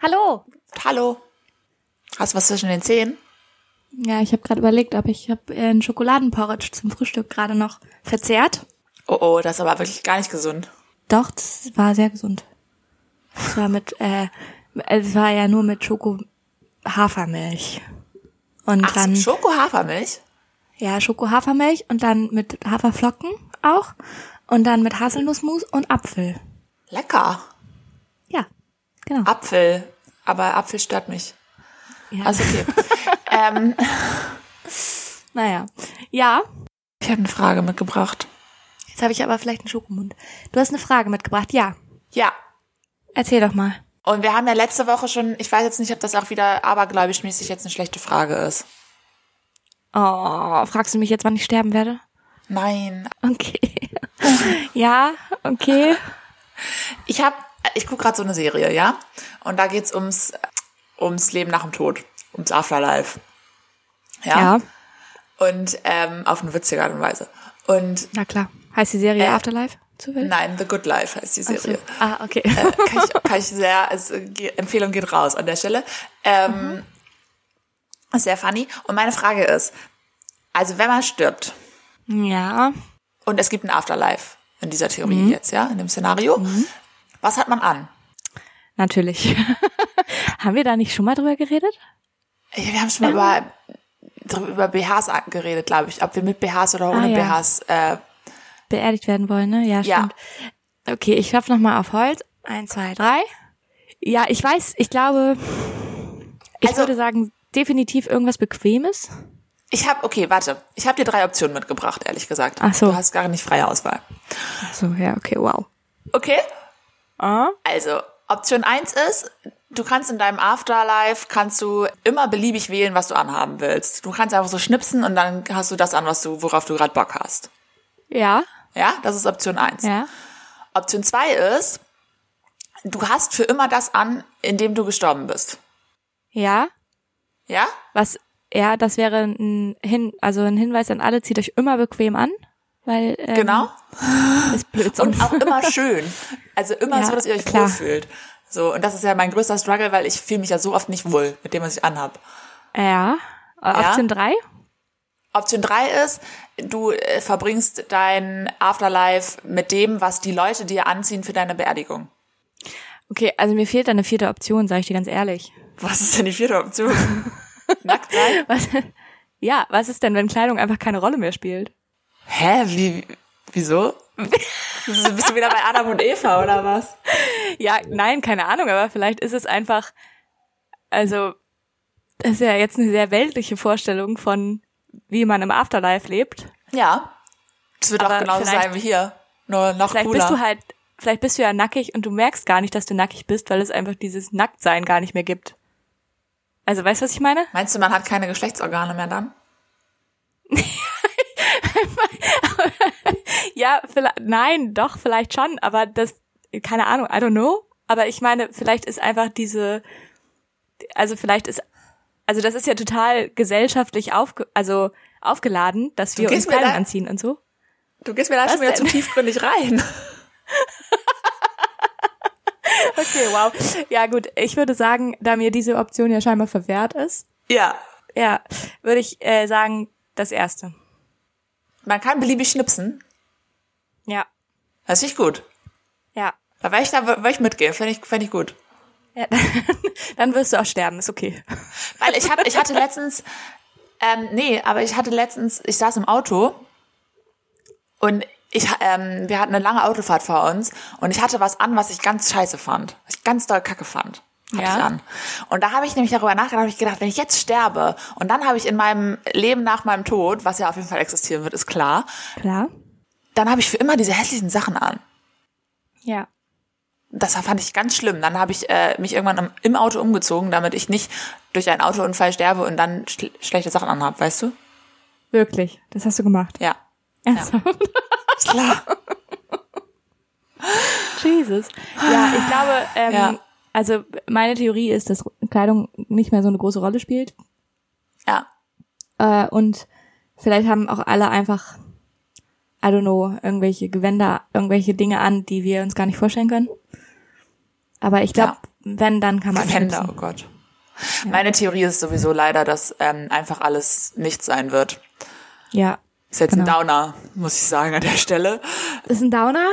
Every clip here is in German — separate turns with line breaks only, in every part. Hallo.
Hallo. Hast du was zwischen den Zähnen?
Ja, ich habe gerade überlegt, aber ich habe einen Schokoladenporridge zum Frühstück gerade noch verzehrt.
Oh oh, das ist aber wirklich gar nicht gesund.
Doch, das war sehr gesund. Es war mit, äh, es war ja nur mit Schoko Hafermilch. Und
Ach,
dann,
so, Schoko-Hafermilch?
ja, Schoko Hafermilch und dann mit Haferflocken auch. Und dann mit Haselnussmus und Apfel.
Lecker.
Ja, genau.
Apfel. Aber Apfel stört mich.
ja.
Also okay. ähm,
naja. Ja.
ich habe eine Frage mitgebracht.
Jetzt habe ich aber vielleicht einen Schokomund. Du hast eine Frage mitgebracht. Ja.
Ja.
Erzähl doch mal.
Und wir haben ja letzte Woche schon, ich weiß jetzt nicht, ob das auch wieder abergläubisch mäßig jetzt eine schlechte Frage ist.
Oh, fragst du mich jetzt, wann ich sterben werde?
Nein.
Okay. ja, okay.
Ich habe, ich gucke gerade so eine Serie, ja? Und da geht's ums, ums Leben nach dem Tod, ums Afterlife. Ja.
Ja,
Und ähm, auf eine witzige Art und Weise. Und
na klar. Heißt die Serie
Äh,
Afterlife zufällig?
nein, The Good Life heißt die
Ach so.
Serie.
Ah, okay.
Äh, kann, ich, kann ich sehr, es, ge- Empfehlung geht raus an der Stelle. Ähm, Ist Sehr funny. Und meine Frage ist, also wenn man stirbt
ja.
und es gibt ein Afterlife in dieser Theorie jetzt, ja, in dem Szenario, was hat man an?
Natürlich. Haben wir da nicht schon mal drüber geredet?
Ja, wir haben schon mal über, drüber- über BHs a- geredet, glaube ich. Ob wir mit BHs oder ohne
ja.
BHs. Äh,
Beerdigt werden wollen, ne? Ja,
Ja.
stimmt. Okay, ich klopfe nochmal auf Holz. Eins, zwei, drei. Ja, ich weiß, ich glaube, ich
Also-
würde sagen, definitiv irgendwas Bequemes.
ich habe, okay, warte. Ich habe dir drei Optionen mitgebracht, ehrlich gesagt.
Ach so.
Du hast gar nicht freie Auswahl.
Ach so, ja, okay, wow.
Okay?
Ah?
Also, Option eins ist, du kannst in deinem Afterlife, kannst du immer beliebig wählen, was du anhaben willst. Du kannst einfach so schnipsen und dann hast du das an, was du, worauf du gerade Bock hast.
Ja,
Ja, das ist Option eins.
ja.
Option zwei ist, du hast für immer das an, in dem du gestorben bist.
Ja,
Ja?
was, ja, das wäre ein, Hin also ein Hinweis an alle, zieht euch immer bequem an, weil ähm,
Genau.
ist blöd
Und
sonst.
auch immer schön. Also immer
Ja,
so, dass ihr euch
klar.
wohlfühlt. So, und das ist ja mein größter Struggle, weil ich fühle mich ja so oft nicht wohl mit dem, was ich anhab.
ja, Äh,
Ja.
18.3?
Option drei ist, du äh, verbringst dein Afterlife mit dem, was die Leute dir anziehen für deine Beerdigung.
Okay, also mir fehlt da eine vierte Option, sage ich dir ganz ehrlich.
Was ist denn die vierte Option? Nackt sein?
Was, ja, was ist denn, wenn Kleidung einfach keine Rolle mehr spielt?
Hä? Wie, wieso? Bist du wieder bei Adam und Eva oder was?
Ja, nein, keine Ahnung, aber vielleicht ist es einfach, also, das ist ja jetzt eine sehr weltliche Vorstellung von, wie man im Afterlife lebt.
Ja. Das wird
Aber
auch genauso
vielleicht-
sein wie hier. Nur noch
Vielleicht
cooler.
bist du halt, vielleicht bist du ja nackig und du merkst gar nicht, dass du nackig bist, weil es einfach dieses Nacktsein gar nicht mehr gibt. Also, weißt du, was ich meine?
Meinst du, man hat keine Geschlechtsorgane mehr dann?
Ja, vielleicht, nein, doch, vielleicht schon, aber das, keine Ahnung, I don't know. Aber ich meine, vielleicht ist einfach diese, also vielleicht ist, also das ist ja total gesellschaftlich aufge, also aufgeladen, dass wir uns
gehst mir
Kleidung
da-
anziehen und so.
Du gehst mir da schon wieder zu
denn?
tiefgründig rein.
Okay, wow. Ja, gut, ich würde sagen, da mir diese Option ja scheinbar verwehrt ist,
Ja.
ja, würde ich äh, sagen, das erste.
Man kann beliebig schnipsen.
Ja,
Das finde ich gut.
ja.
Da werde ich, da werde ich mitgehen. Finde ich, finde ich gut.
ja dann, dann wirst du auch sterben, ist okay.
Weil ich, hab, ich hatte letztens, ähm, nee, aber ich hatte letztens, ich saß im Auto und ich, ha- ähm, wir hatten eine lange Autofahrt vor uns und ich hatte was an, was ich ganz scheiße fand. Was ich ganz doll kacke fand. Hatte
Ja.
ich an. Und da habe ich nämlich darüber nachgedacht, habe ich gedacht, wenn ich jetzt sterbe und dann habe ich in meinem Leben nach meinem Tod, was ja auf jeden Fall existieren wird, ist klar,
Klar.
dann habe ich für immer diese hässlichen Sachen an.
Ja.
Das fand ich ganz schlimm. Dann habe ich äh, mich irgendwann im, im Auto umgezogen, damit ich nicht durch einen Autounfall sterbe und dann schl schlechte Sachen anhab, weißt du?
Wirklich, das hast du gemacht.
Ja.
Ernsthaft?
Klar.
Jesus. Ja, ich glaube, ähm,
Ja.
also meine Theorie ist, dass Kleidung nicht mehr so eine große Rolle spielt.
Ja.
Äh, und vielleicht haben auch alle einfach, I don't know, irgendwelche Gewänder, irgendwelche Dinge an, die wir uns gar nicht vorstellen können. Aber ich glaube,
Ja.
Wenn, dann kann man
Fender, oh
schnipsen.
Gott. Meine Theorie ist sowieso leider, dass ähm, einfach alles nichts sein wird.
Ja.
Ist jetzt ein
Genau.
Downer, muss ich sagen, an der Stelle.
Das ist ein Downer,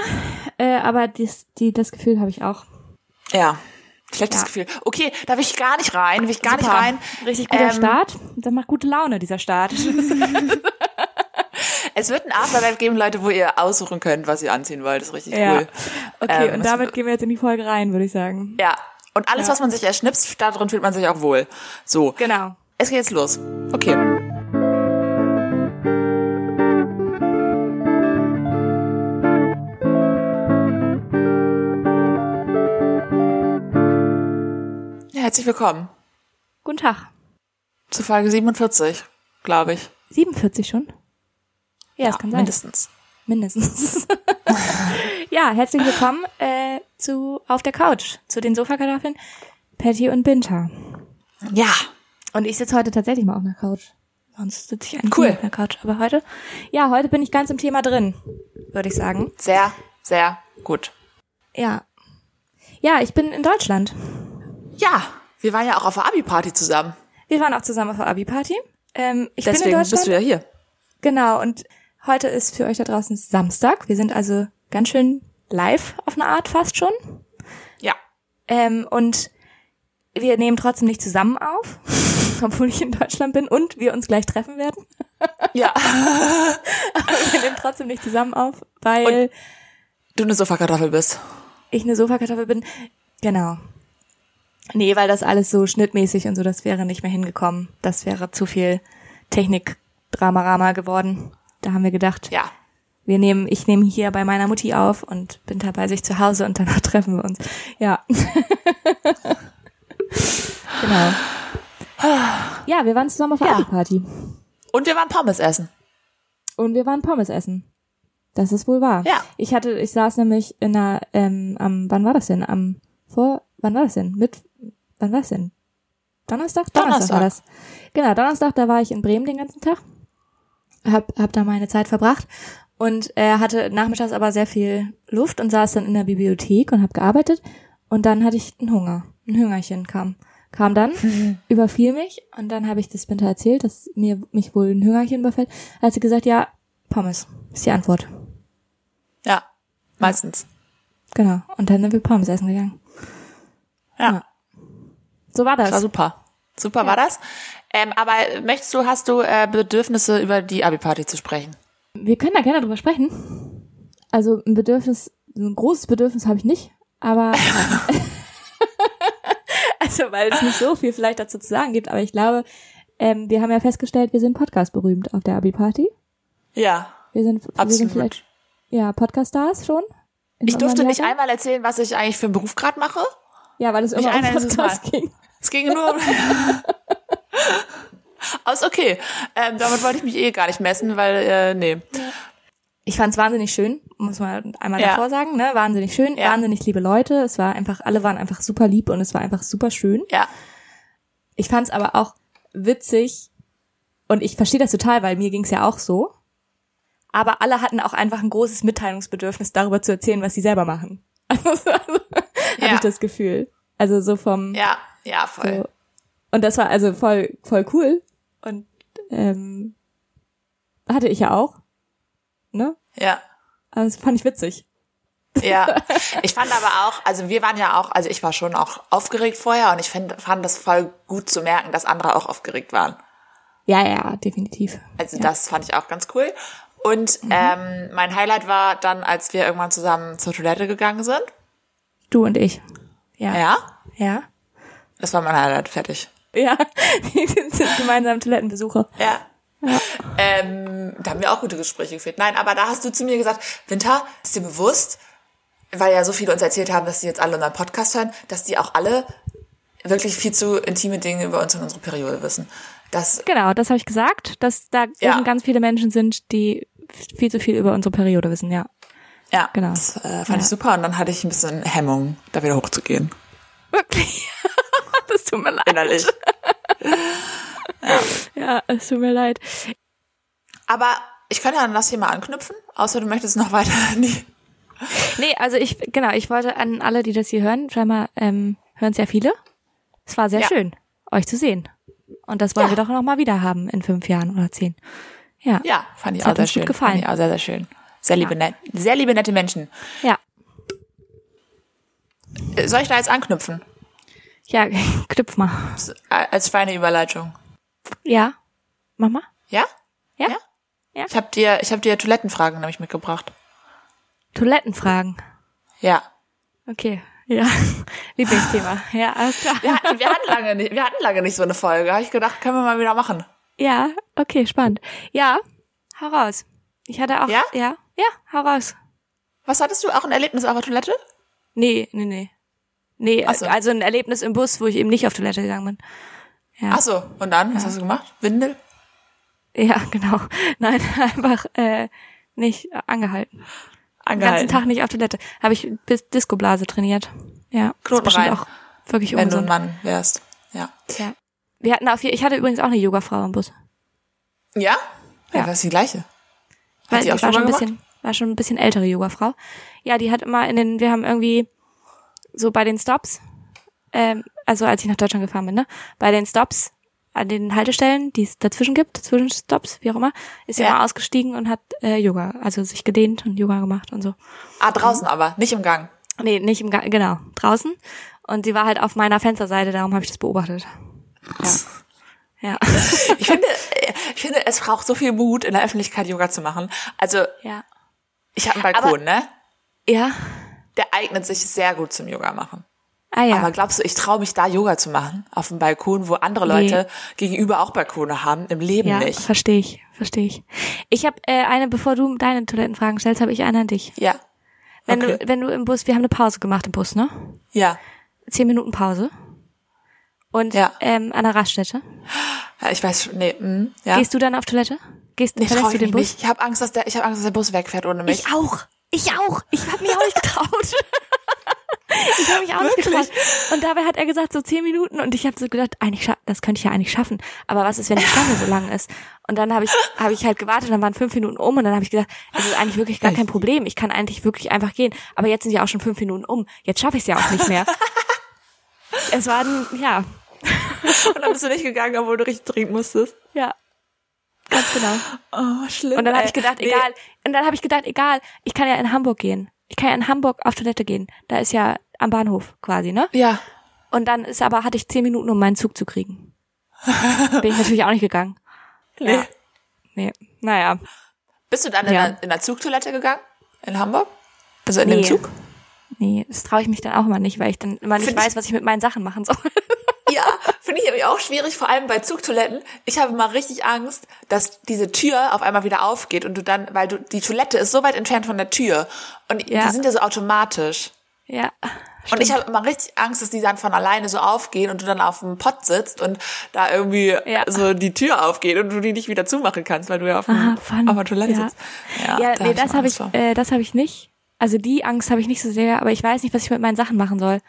äh, aber dies, die, das Gefühl habe ich auch.
Ja, schlechtes
Ja.
Gefühl. Okay, da will ich gar nicht rein, will ich gar
Super.
nicht rein.
Richtig guter
Ähm,
Start. Das macht gute Laune, dieser Start.
Es wird ein Afterlife geben, Leute, wo ihr aussuchen könnt, was ihr anziehen wollt. ist richtig
Ja.
cool.
Okay,
Ähm,
und
es-
damit gehen wir jetzt in die Folge rein, würde ich sagen.
Ja. Und alles, was man sich erschnipst, darin fühlt man sich auch wohl. So.
Genau.
Es geht jetzt los. Okay. Ja, herzlich willkommen
Guten Tag.
zu Folge 47, glaube ich.
47 schon? Ja, das kann sein.
Mindestens.
Mindestens. ja, herzlich willkommen äh, zu Auf der Couch, zu den Sofakartoffeln, Patty und Binta.
Ja.
Und ich sitze heute tatsächlich mal auf einer Couch. Sonst sitze ich eigentlich
Cool.
nie auf einer Couch. Aber heute, ja, heute bin ich ganz im Thema drin, würde ich sagen.
Sehr, sehr gut.
Ja. Ja, ich bin in Deutschland.
Ja. Wir waren ja auch auf der Abi-Party zusammen.
Wir waren auch zusammen auf der Abi-Party. Ähm, ich bin in
Deswegen
Deutschland.
bist du ja hier.
Genau, und heute ist für euch da draußen Samstag. Wir sind also ganz schön live auf eine Art fast schon.
Ja.
Ähm, und wir nehmen trotzdem nicht zusammen auf, obwohl ich in Deutschland bin und wir uns gleich treffen werden.
Ja.
Wir nehmen trotzdem nicht zusammen auf, weil
Du eine Sofakartoffel bist.
ich eine Sofakartoffel bin. Genau. Nee, weil das alles so schnittmäßig und so, das wäre nicht mehr hingekommen. Das wäre zu viel Technik-Dramarama geworden. Da haben wir gedacht,
Ja.
wir nehmen, ich nehme hier bei meiner Mutti auf und bin da bei sich zu Hause und danach treffen wir uns. Ja. genau. Ja, wir waren zusammen auf der
Ja.
Abi-Party.
Und wir waren Pommes essen.
Und wir waren Pommes essen. Das ist wohl wahr.
Ja.
Ich hatte, ich saß nämlich in einer, ähm, am, wann war das denn? Am, vor, wann war das denn? Mit, wann war das denn? Donnerstag? Donnerstag war das. Genau, Donnerstag, da war ich in Bremen den ganzen Tag. Hab, hab da meine Zeit verbracht und äh, hatte nachmittags aber sehr viel Luft und saß dann in der Bibliothek und hab gearbeitet. Und dann hatte ich einen Hunger. Ein Hüngerchen kam. Kam dann, überfiel mich und dann habe ich das Winter erzählt, dass mir mich wohl ein Hüngerchen überfällt. Hat sie gesagt, ja, Pommes ist die Antwort.
Ja. Meistens.
Genau. Und dann sind wir Pommes essen gegangen.
Ja.
Ja. So war das.
Das war super. Super war das. Ähm, aber möchtest du, hast du äh, Bedürfnisse, über die Abi-Party zu sprechen?
Wir können da gerne drüber sprechen. Also ein Bedürfnis, ein großes Bedürfnis habe ich nicht, aber also weil es nicht so viel vielleicht dazu zu sagen gibt, aber ich glaube, ähm, wir haben ja festgestellt, wir sind Podcast berühmt auf der Abi Party.
Ja,
Wir sind, wir sind vielleicht
absolut.
ja Podcast Stars schon. in
Ich durfte
unserem
nicht
Jahrgang.
einmal erzählen, was ich eigentlich für einen Beruf gerade mache.
Ja, weil es immer um
ein einziges
Podcast ging.
Es ging nur um... Aus okay. Ähm, damit wollte ich mich eh gar nicht messen, weil, äh, nee.
ich fand es wahnsinnig schön, muss man einmal
Ja.
davor sagen, ne? Wahnsinnig schön,
Ja.
wahnsinnig liebe Leute. Es war einfach, alle waren einfach super lieb und es war einfach super schön.
Ja,
Ich fand es aber auch witzig und ich verstehe das total, weil mir ging es ja auch so. Aber alle hatten auch einfach ein großes Mitteilungsbedürfnis, darüber zu erzählen, was sie selber machen. Also, also habe
Ja.
ich das Gefühl. Also so vom
ja, ja, voll.
so. Und das war also voll voll cool und ähm, hatte ich ja auch, ne?
Ja.
Aber das fand ich witzig.
Ja, ich fand aber auch, also wir waren ja auch, also ich war schon auch aufgeregt vorher und ich find, fand das voll gut zu merken, dass andere auch aufgeregt waren.
Ja, ja, definitiv.
Also das fand ich auch ganz cool. Und ähm, mein Highlight war dann, als wir irgendwann zusammen zur Toilette gegangen sind.
Du und ich. Ja.
Ja,
Ja.
das war mein Highlight, fertig.
Ja. Wir sind gemeinsam Toilettenbesucher.
Ja. Ähm, da haben wir auch gute Gespräche geführt. Nein, aber da hast du zu mir gesagt, Winter, ist dir bewusst, weil ja so viele uns erzählt haben, dass die jetzt alle unseren Podcast hören, dass die auch alle wirklich viel zu intime Dinge über uns und unsere Periode wissen. Das
Genau, das habe ich gesagt, dass da
Ja.
eben ganz viele Menschen sind, die viel zu viel über unsere Periode wissen, ja.
Ja,
Genau.
das äh, fand
Ja.
ich super und dann hatte ich ein bisschen Hemmung, da wieder hochzugehen.
Wirklich. Das tut mir leid.
Innerlich.
Ja, es tut mir leid.
Aber ich könnte an das Thema anknüpfen, außer du möchtest noch weiter. Nee.
Nee, also ich, genau, ich wollte an alle, die das hier hören, scheinbar ähm, hören es ja viele. Es war sehr
Ja.
schön, euch zu sehen. Und das wollen
Ja.
wir doch nochmal wieder haben in fünf Jahren oder zehn. Ja.
Ja, fand ich
Das
auch
hat
sehr
uns gut
schön.
gefallen.
Fand ich auch sehr, sehr schön. Sehr liebe, net, sehr liebe nette Menschen.
Ja.
Äh, Soll ich da jetzt anknüpfen?
Ja, knüpf mal.
S- äh, Als Schweineüberleitung.
Ja. Mach mal.
Ja?
Ja. Ja.
Ich habe dir, ich hab dir Toilettenfragen nämlich mitgebracht.
Toilettenfragen.
Ja.
Okay. Ja. Lieblingsthema. Ja, alles klar.
Wir hatten, wir hatten lange nicht, wir hatten lange nicht so eine Folge. Habe ich gedacht, können wir mal wieder machen.
Ja, okay, spannend. Ja, hau raus. Ich hatte auch.
Ja?
Ja, ja hau raus.
Was hattest du? Auch ein Erlebnis auf der Toilette?
Nee, nee, nee. Nee,
Ach so.
also ein Erlebnis im Bus, wo ich eben nicht auf Toilette gegangen bin. Ja.
Ach so. Und dann? Was hast du gemacht? Windel?
Ja, genau. Nein, einfach äh, nicht angehalten. Den ganzen
Angehalten.
Tag nicht auf Toilette. Habe ich bis Discoblase trainiert. Ja. ist
Knoten
bestimmt
rein.
auch wirklich
Wenn du ein
ungesund.
Mann wärst. Ja.
Ja. Wir hatten auf, ich hatte übrigens auch eine Yogafrau im Bus.
Ja? Ja,
Ja.
das ist die gleiche.
Weil
die
die
auch
war
Yoga
schon ein
gemacht?
bisschen, war schon ein bisschen ältere Yogafrau. Ja, die hat immer in den, wir haben irgendwie so bei den Stops, ähm, also als ich nach Deutschland gefahren bin, ne, bei den Stops an den Haltestellen, die es dazwischen gibt, Zwischenstops, wie auch immer, ist sie
Ja.
immer ausgestiegen und hat äh, Yoga, also sich gedehnt und Yoga gemacht und so.
Ah, draußen
Mhm.
aber, nicht im Gang.
Nee, nicht im, Ga- genau, draußen. Und sie war halt auf meiner Fensterseite, darum habe ich das beobachtet. Ja. Ja.
Ich finde, äh, ich finde, es braucht so viel Mut, in der Öffentlichkeit Yoga zu machen. Also,
ja.
ich habe einen Balkon, ne?
Ja.
Der eignet sich sehr gut zum Yoga machen.
Ah ja.
Aber glaubst du, ich traue mich da Yoga zu machen? Auf dem Balkon, wo andere
Nee.
Leute gegenüber auch Balkone haben, im Leben
Ja,
nicht.
verstehe ich, verstehe ich. Ich habe äh, eine, bevor du deine Toilettenfragen stellst, habe ich eine an dich.
Ja.
Wenn
Okay.
du, wenn du im Bus, wir haben eine Pause gemacht im Bus, ne?
Ja.
Zehn Minuten Pause. Und
Ja.
ähm, an der Raststätte.
Ja, Ich weiß schon, nee, mh, ja.
Gehst du dann auf Toilette? Gehst
nee, trau
verlässt
ich
du den
mich
Bus?
nicht. Ich habe Angst, dass der, ich habe Angst, dass der Bus wegfährt ohne mich.
Ich auch. Ich auch. Ich habe mich auch nicht getraut. ich habe mich auch nicht
Wirklich?
getraut. Und dabei hat er gesagt, so zehn Minuten. Und ich habe so gedacht, eigentlich scha- das könnte ich ja eigentlich schaffen. Aber was ist, wenn die Schlange so lang ist? Und dann habe ich, hab ich halt gewartet, dann waren fünf Minuten um und dann habe ich gesagt, es ist eigentlich wirklich gar kein Problem. Ich kann eigentlich wirklich einfach gehen. Aber jetzt sind ja auch schon fünf Minuten um. Jetzt schaffe ich es ja auch nicht mehr. es war ein, ja,
Und dann bist du nicht gegangen, obwohl du richtig dringend musstest.
ja. Ganz genau.
Oh, schlimm.
Und dann habe
ey.
ich gedacht,
Nee.
egal. Und dann habe ich gedacht, egal, ich kann ja in Hamburg gehen. Ich kann ja in Hamburg auf Toilette gehen. Da ist ja am Bahnhof quasi, ne?
Ja.
Und dann ist aber, hatte ich zehn Minuten, um meinen Zug zu kriegen. Bin ich natürlich auch nicht gegangen.
Nee.
Ja. Nee. Naja.
Bist du dann in,
Ja.
der, in der Zugtoilette gegangen? In Hamburg? Also in dem
Nee.
Zug?
Nee, das traue ich mich dann auch immer nicht, weil ich dann immer nicht
Find ich-
weiß, was ich mit meinen Sachen machen soll.
Ja, finde ich nämlich auch schwierig, vor allem bei Zugtoiletten. Ich habe mal richtig Angst, dass diese Tür auf einmal wieder aufgeht und du dann, weil du, die Toilette ist so weit entfernt von der Tür und die
Ja.
sind ja so automatisch.
ja.
Und ich habe immer richtig Angst, dass die dann von alleine so aufgehen und du dann auf dem Pott sitzt und da irgendwie
Ja.
so die Tür aufgeht und du die nicht wieder zumachen kannst, weil du ja auf,
Ah,
dem,
fun.
auf der Toilette
Ja.
sitzt. Ja,
Ja,
da
nee, das
immer
habe
Angst
ich,
vor.
äh, das habe ich nicht. Also die Angst habe ich nicht so sehr, aber ich weiß nicht, was ich mit meinen Sachen machen soll.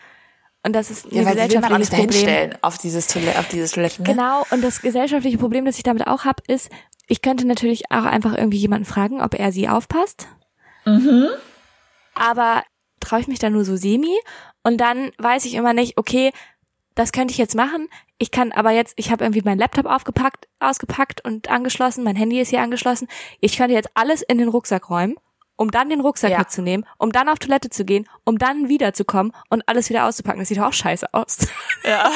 Und eh das ist ein
Ja, weil die will man
gesellschaftliches
auch nicht
Problem.
dahinstellen auf dieses Toilette, auf dieses Toiletten. Ne?
Genau, und das gesellschaftliche Problem, das ich damit auch habe, ist, ich könnte natürlich auch einfach irgendwie jemanden fragen, ob er sie aufpasst.
Mhm.
Aber traue ich mich da nur so semi. Und dann weiß ich immer nicht, okay, das könnte ich jetzt machen. Ich kann aber jetzt, ich habe irgendwie meinen Laptop aufgepackt, ausgepackt und angeschlossen, mein Handy ist hier angeschlossen. Ich könnte jetzt alles in den Rucksack räumen, um dann den Rucksack
Ja.
mitzunehmen, um dann auf Toilette zu gehen, um dann wiederzukommen und alles wieder auszupacken. Das sieht doch auch scheiße aus. Darum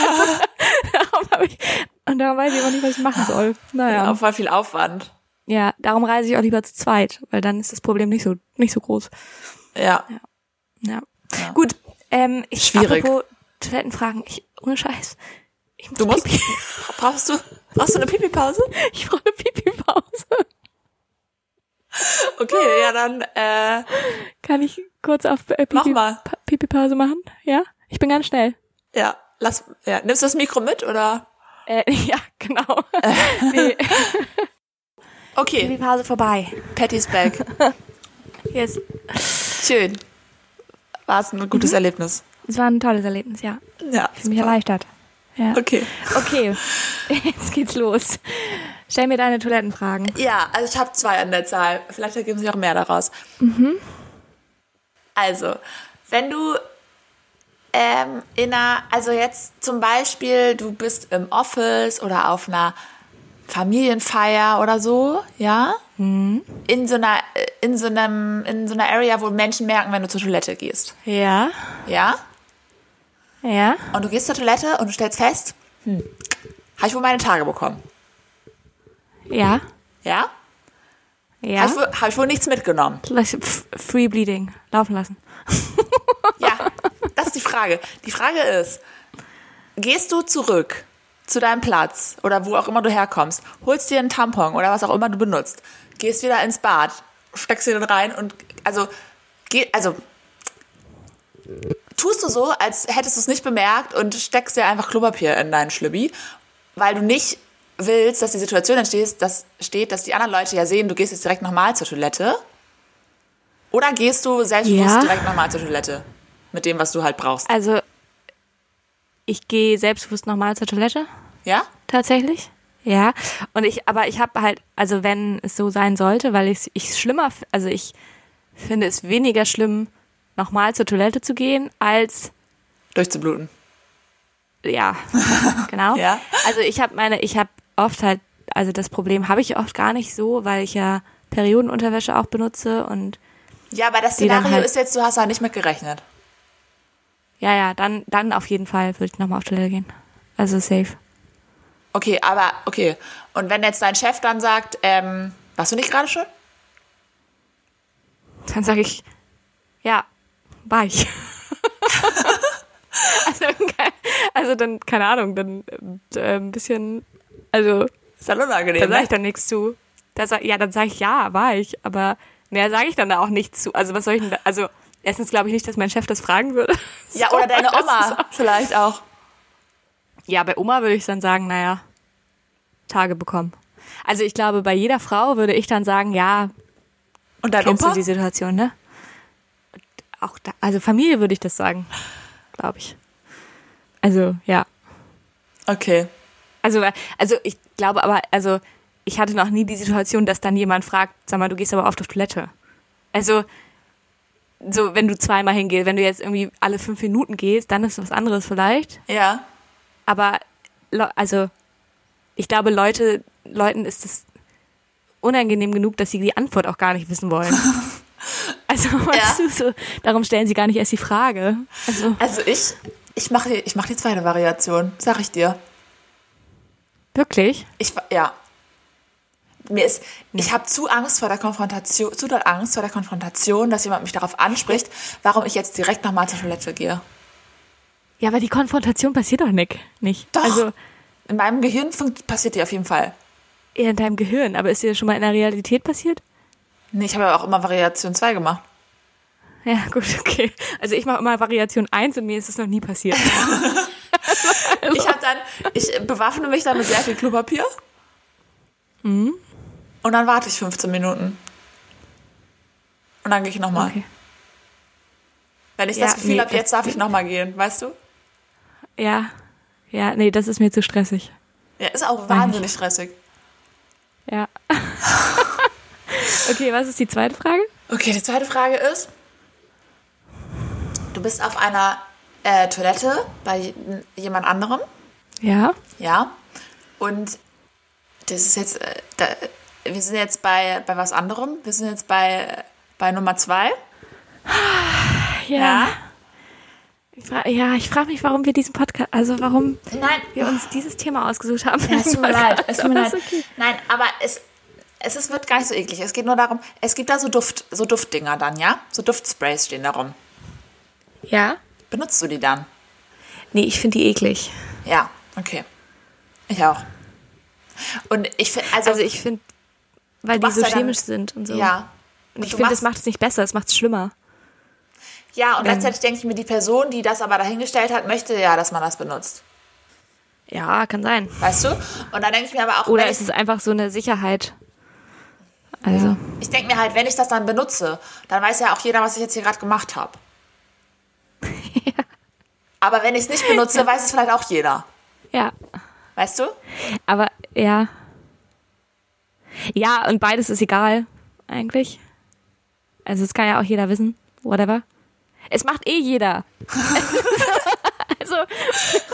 hab ich, und darum weiß ich auch nicht, was ich machen soll.
Ja.
Naja.
Voll viel Aufwand.
Ja, darum reise ich auch lieber zu zweit, weil dann ist das Problem nicht so, nicht so groß.
Ja.
Ja. Gut, ähm, ich,
Schwierig.
Apropos Toilettenfragen, ich, ohne Scheiß. Ich muss
Du musst,
Pipi,
brauchst du, brauchst du eine Pipi-Pause?
ich brauche eine Pipi-Pause.
Okay, ja, dann, äh,
Kann ich kurz auf äh,
mach
Pipi-
mal.
Pa- Pipi-Pause machen? Ja? Ich bin ganz schnell.
Ja, lass, ja, nimmst du das Mikro mit oder?
Äh, ja, genau. nee.
Okay,
Pipi-Pause vorbei.
Patty's back.
Yes.
Schön. War es ein gutes Erlebnis.
Es war ein tolles Erlebnis, ja.
Ja.
Für mich
super.
erleichtert. Ja.
Okay.
Okay, jetzt geht's los. Stell mir deine Toilettenfragen.
Ja, also ich habe zwei an der Zahl. Vielleicht ergeben sich auch mehr daraus. Also, wenn du ähm, in einer, also jetzt zum Beispiel, du bist im Office oder auf einer Familienfeier oder so, ja? In so einer, äh, in so einem, in so einer Area, wo Menschen merken, wenn du zur Toilette gehst,
Ja,
ja?
ja.
Und du gehst zur Toilette und du stellst fest, hm, habe ich wohl meine Tage bekommen,
Ja.
ja?
Ja.
Habe
Also-
ich, wohl- hab ich wohl nichts mitgenommen.
Lass- pf- Free Bleeding. Laufen lassen.
Ja, das ist die Frage. Die Frage ist, gehst du zurück zu deinem Platz oder wo auch immer du herkommst, holst dir einen Tampon oder was auch immer du benutzt, gehst wieder ins Bad, steckst dir den rein und also geh, also tust du so, als hättest du es nicht bemerkt und steckst dir einfach Klopapier in deinen Schlübbi, weil du nicht willst, dass die Situation entsteht, dass, steht, dass die anderen Leute ja sehen, du gehst jetzt direkt nochmal zur Toilette. Oder gehst du selbstbewusst
Ja.
direkt nochmal zur Toilette? Mit dem, was du halt brauchst.
Also, ich gehe selbstbewusst nochmal zur Toilette.
Ja?
tatsächlich. Ja, und ich, aber ich habe halt, also wenn es so sein sollte, weil ich es schlimmer, f- also ich finde es weniger schlimm, nochmal zur Toilette zu gehen, als
Durchzubluten.
ja, genau.
Ja.
Also ich habe meine, ich habe oft halt, also das Problem habe ich oft gar nicht so, weil ich ja Periodenunterwäsche auch benutze und
Ja, aber das
Die dann
Szenario
halt-
ist jetzt, du hast da nicht mit gerechnet.
ja, ja, dann, dann auf jeden Fall würde ich nochmal auf Toilette gehen. Also safe.
Okay, aber okay. Und wenn jetzt dein Chef dann sagt, ähm, warst du nicht gerade schon?
Dann sage ich, ja, war ich. also, ke- also dann, keine Ahnung, dann äh, ein bisschen, also
Ist dann
da
unangenehm.
sage
Ne?
ich dann nichts zu. Da sag, ja, dann sage ich, ja, war ich, aber mehr sage ich dann da auch nichts zu. Also was soll ich denn da, also erstens glaube ich nicht, dass mein Chef das fragen würde.
Ja, oder deine
Das ist
Oma
auch-
vielleicht auch.
Ja, bei Oma würde ich dann sagen, naja, Tage bekommen. Also ich glaube, bei jeder Frau würde ich dann sagen, ja,
Und dein
Kennst
Opa?
du die Situation, ne? Auch da, also Familie würde ich das sagen, glaube ich. Also, ja.
Okay.
Also, weil- also ich glaube aber, also ich hatte noch nie die Situation, dass dann jemand fragt, sag mal, du gehst aber oft auf Toilette. Also, so wenn du zweimal hingehst, wenn du jetzt irgendwie alle fünf Minuten gehst, dann ist was anderes vielleicht.
Ja.
Aber, le- also, ich glaube, Leute, Leuten ist es unangenehm genug, dass sie die Antwort auch gar nicht wissen wollen. Also, weißt du, so, darum stellen sie gar nicht erst die Frage. Also,
Also ich, ich mache die- ich mach die zweite Variation, sag ich dir.
wirklich?
Ich, wa- ja. Mir ist, ich habe zu Angst vor der Konfrontation, zu doll Angst vor der Konfrontation, dass jemand mich darauf anspricht, warum ich jetzt direkt nochmal zur Toilette gehe.
Ja, aber die Konfrontation passiert doch nicht. nicht.
Doch.
Also,
In meinem Gehirn funkt- passiert die auf jeden Fall.
eher in deinem Gehirn. Aber ist dir das schon mal in der Realität passiert?
Nee, ich habe ja auch immer Variation 2 gemacht.
Ja, gut, okay. Also, ich mache immer Variation 1 und mir ist es noch nie passiert.
Ich habe dann, ich bewaffne mich dann mit sehr viel Klopapier. Mhm. Und dann warte ich 15 Minuten. Und dann gehe ich nochmal.
Okay.
Wenn ich
Ja,
das Gefühl
nee,
hab, habe,
das-
jetzt darf ich nochmal gehen, weißt du?
Ja. Ja, nee, das ist mir zu stressig.
Ja, ist auch wahnsinnig stressig.
Ja. okay, was ist die zweite Frage?
Okay, die zweite Frage ist, du bist auf einer äh, Toilette bei j- jemand anderem,
Ja.
ja? Und das ist jetzt, äh, da, wir sind jetzt bei, bei was anderem, wir sind jetzt bei, bei Nummer zwei, ja?
Ja. Ich fra- Ja, ich frage mich, warum wir diesen Podcast, also warum
Nein,
wir uns dieses Thema ausgesucht haben.
Ja, es tut mir leid, es tut mir
Aber ist
leid.
okay.
Nein, aber es, es ist, wird gar nicht so eklig. Es geht nur darum, es gibt da so Duft, so Duftdinger dann, ja? So Duftsprays stehen da rum.
Ja?
Benutzt du die dann?
Nee, ich finde die eklig.
Ja, okay. Ich auch. Und ich finde, also,
Also ich finde, weil die
machst
so
ja dann-
chemisch sind und so.
ja.
Und ich
du
finde, das
machst-
macht es nicht besser, es macht es schlimmer.
ja, und gleichzeitig denke ich mir, die Person, die das aber dahingestellt hat, möchte ja, dass man das benutzt.
Ja, kann sein.
Weißt du? Und dann denke ich mir aber auch,
Oder
wenn
ist
ich,
es einfach so eine Sicherheit? Also,
ich denke mir halt, wenn ich das dann benutze, dann weiß ja auch jeder, was ich jetzt hier gerade gemacht habe. Aber wenn ich es nicht benutze, weiß es vielleicht auch jeder.
ja.
Weißt du?
Aber, ja. Ja, und beides ist egal, eigentlich. Also, es kann ja auch jeder wissen. Whatever. Es macht eh jeder. also,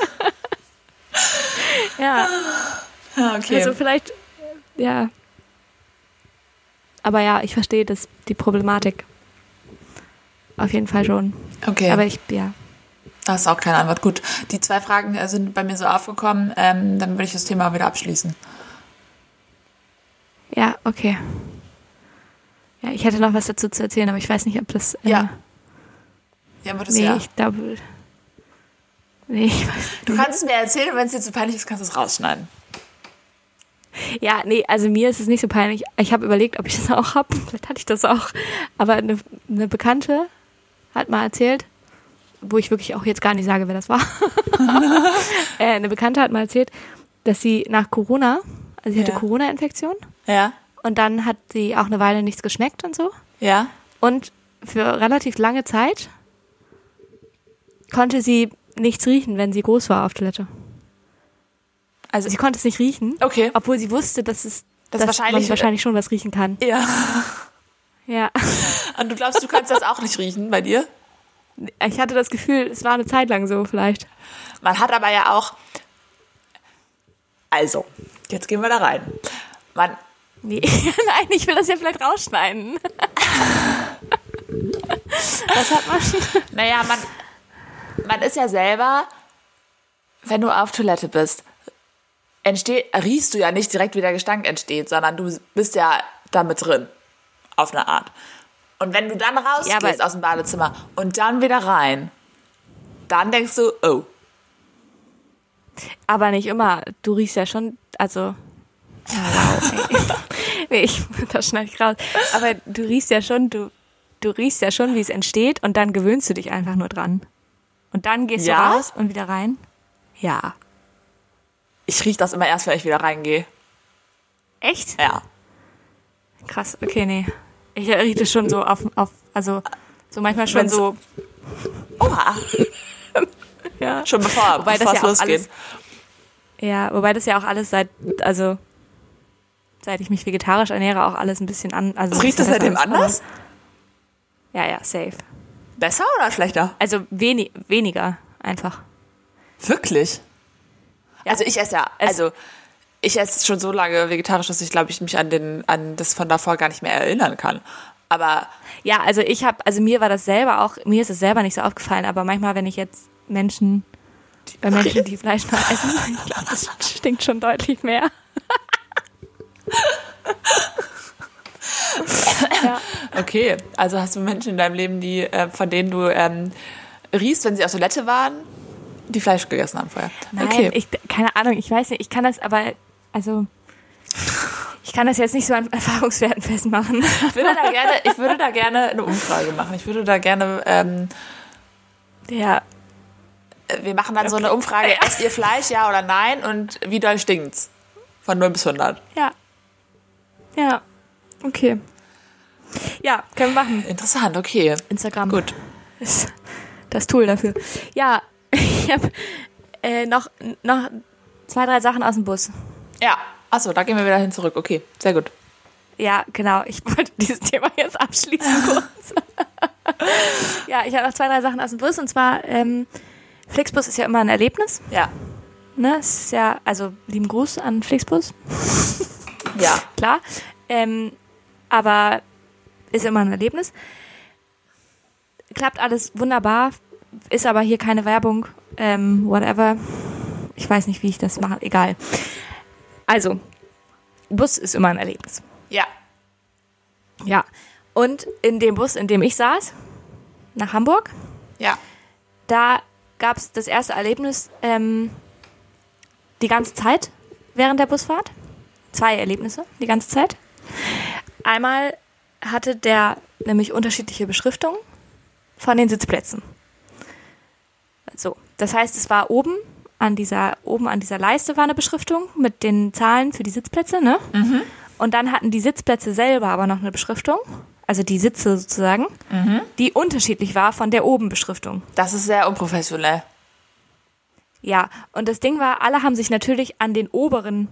ja,
Ja, Ah. okay.
also vielleicht, ja. Aber ja, ich verstehe das, die Problematik. Auf jeden Fall schon.
okay.
Aber ich, ja.
das ist auch keine Antwort. Gut, die zwei Fragen äh, sind bei mir so aufgekommen. Ähm, dann würde ich das Thema wieder abschließen.
Ja, okay. Ja, ich hätte noch was dazu zu erzählen, aber ich weiß nicht, ob das. äh,
Ja. Ja, würdest
Nee,
ja.
ich glaube. Nee, ich weiß
Du kannst es mir erzählen und wenn es dir zu peinlich ist, kannst du es rausschneiden.
Ja, nee, also mir ist es nicht so peinlich. Ich habe überlegt, ob ich das auch hab. Vielleicht hatte ich das auch. Aber eine, eine Bekannte hat mal erzählt, wo ich wirklich auch jetzt gar nicht sage, wer das war. äh, eine Bekannte hat mal erzählt, dass sie nach Corona, also sie hatte
Ja.
Corona-Infektion
Ja?
und dann hat sie auch eine Weile nichts geschmeckt und so.
Ja?
Und für relativ lange Zeit konnte sie nichts riechen, wenn sie groß war auf Toilette. Also sie konnte es nicht riechen,
Okay.
obwohl sie wusste, dass es
Das
dass
wahrscheinlich-
man wahrscheinlich schon was riechen kann.
Ja.
Ja,
Und du glaubst, du kannst das auch nicht riechen bei dir?
ich hatte das Gefühl, es war eine Zeit lang so vielleicht.
Man hat aber ja auch. Also, jetzt gehen wir da rein. Man,
Nee, nein, ich will das ja vielleicht rausschneiden. Was hat man?
naja, man, man ist ja selber, wenn du auf Toilette bist, entsteht, riechst du ja nicht direkt, wie der Gestank entsteht, sondern du bist ja damit drin. Auf eine Art. Und wenn du dann rausgehst
aber-
aus dem Badezimmer und dann wieder rein, dann denkst du, oh,
Aber nicht immer. Du riechst ja schon, also. Ja, wow, ey. nee, ich, das schneide ich raus. Aber du riechst ja schon, du, du riechst ja schon, wie es entsteht und dann gewöhnst du dich einfach nur dran. Und dann gehst
Ja?
du raus und wieder rein. Ja.
ich riech das immer erst, wenn ich wieder reingehe.
Echt?
Ja.
Krass, okay, nee. Ich rieche das schon so auf, auf also so manchmal schon
Wenn's-
so.
Oha,
Ja.
schon bevor,
Wobei das
bevor es
ja auch
losgeht.
alles- ja, wobei das ja auch alles seit, also seit ich mich vegetarisch ernähre, auch alles ein bisschen an. Also ein
Riecht das
bisschen
seitdem
besser ist.
anders?
Ja, ja, safe.
Besser oder schlechter?
Also wenig, weniger einfach.
Wirklich? Also ich esse ja,
Es-
also ich esse schon so lange vegetarisch, dass ich glaube ich mich an den an das von davor gar nicht mehr erinnern kann. Aber
Ja, also ich habe, also mir war das selber auch, mir ist es selber nicht so aufgefallen, aber manchmal, wenn ich jetzt Menschen, bei Menschen, die Fleisch noch essen, ich glaube, das stinkt schon deutlich mehr.
okay, also hast du Menschen in deinem Leben, die äh, von denen du ähm, riechst, wenn sie auf Toilette waren, die Fleisch gegessen haben vorher.
Nein,
okay.
ich, keine Ahnung, ich weiß nicht, ich kann das aber, also, ich kann das jetzt nicht so an Erfahrungswerten festmachen.
ich würde da gerne, ich würde da gerne eine Umfrage machen. Ich würde da gerne, ähm,
Ja,
äh, wir machen dann so eine Umfrage, esst ihr Fleisch, ja oder nein? Und wie doll stinkt's? Von 0 bis 100.
ja, ja, okay. Ja, können wir machen.
Interessant, okay.
Instagram.
Gut.
ist das Tool dafür. Ja, ich habe äh, noch, noch zwei, drei Sachen aus dem Bus.
Ja. Achso, da gehen wir wieder hin zurück. Okay, sehr gut.
Ja, genau. Ich wollte dieses Thema jetzt abschließen kurz. ja, ich habe noch zwei, drei Sachen aus dem Bus. Und zwar, ähm, Flixbus ist ja immer ein Erlebnis.
Ja.
Ne? Es ist ja, also lieben Gruß an Flixbus,
Ja.
klar. Ähm, aber ist immer ein Erlebnis. Klappt alles wunderbar, ist aber hier keine Werbung, ähm, whatever. Ich weiß nicht, wie ich das mache, egal. Also, Bus ist immer ein Erlebnis.
Ja.
Ja. Und in dem Bus, in dem ich saß, nach Hamburg,
Ja.
da gab es das erste Erlebnis ähm, die ganze Zeit während der Busfahrt. Zwei Erlebnisse die ganze Zeit. Einmal hatte der nämlich unterschiedliche Beschriftungen von den Sitzplätzen. So, das heißt, es war oben an dieser oben an dieser Leiste war eine Beschriftung mit den Zahlen für die Sitzplätze, ne? Und dann hatten die Sitzplätze selber aber noch eine Beschriftung, also die Sitze sozusagen, die unterschiedlich war von der oben Beschriftung.
Das ist sehr unprofessionell.
Ja, und das Ding war, alle haben sich natürlich an den oberen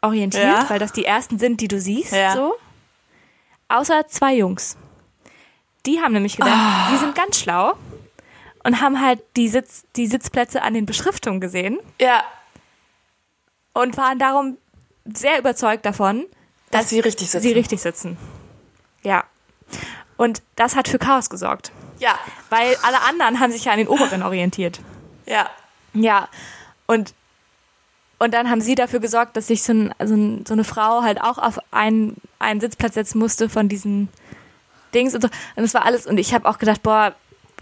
orientiert,
Ja.
weil das die ersten sind, die du siehst,
Ja.
so.
Ah.
Außer zwei Jungs. Die haben nämlich gedacht, die sind ganz schlau und haben halt die, Sitz, die Sitzplätze an den Beschriftungen gesehen
Ja,
und waren darum sehr überzeugt davon,
dass sie richtig sitzen.
sie richtig sitzen. Ja. Und das hat für Chaos gesorgt,
ja,
weil alle anderen haben sich ja an den oberen orientiert.
ja.
Ja, und, und dann haben sie dafür gesorgt, dass sich so, ein, so, ein, so eine Frau halt auch auf einen, einen Sitzplatz setzen musste von diesen Dings und so. Und das war alles. Und ich habe auch gedacht, boah,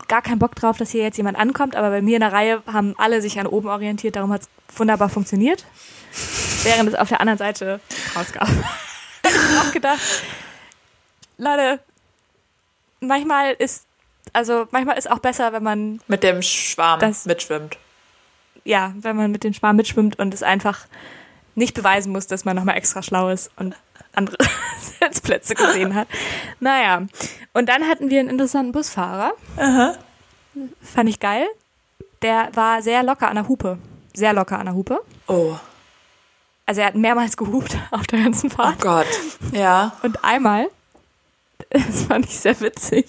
gar keinen Bock drauf, dass hier jetzt jemand ankommt. Aber bei mir in der Reihe haben alle sich an oben orientiert. Darum hat's wunderbar funktioniert. Während es auf der anderen Seite rausgab. ich habe auch gedacht, Leute, manchmal ist, also manchmal ist auch besser, wenn man
Mit dem Schwarm
Das-
mitschwimmt.
ja, wenn man mit den Schwarm mitschwimmt und es einfach nicht beweisen muss, dass man nochmal extra schlau ist und andere Sitzplätze gesehen hat. Naja, und dann hatten wir einen interessanten Busfahrer. Fand ich geil. Der war sehr locker an der Hupe. Sehr locker an der Hupe.
Oh,
Also er hat mehrmals gehupt auf der ganzen
oh
Fahrt.
Gott. Ja.
Und einmal, das fand ich sehr witzig,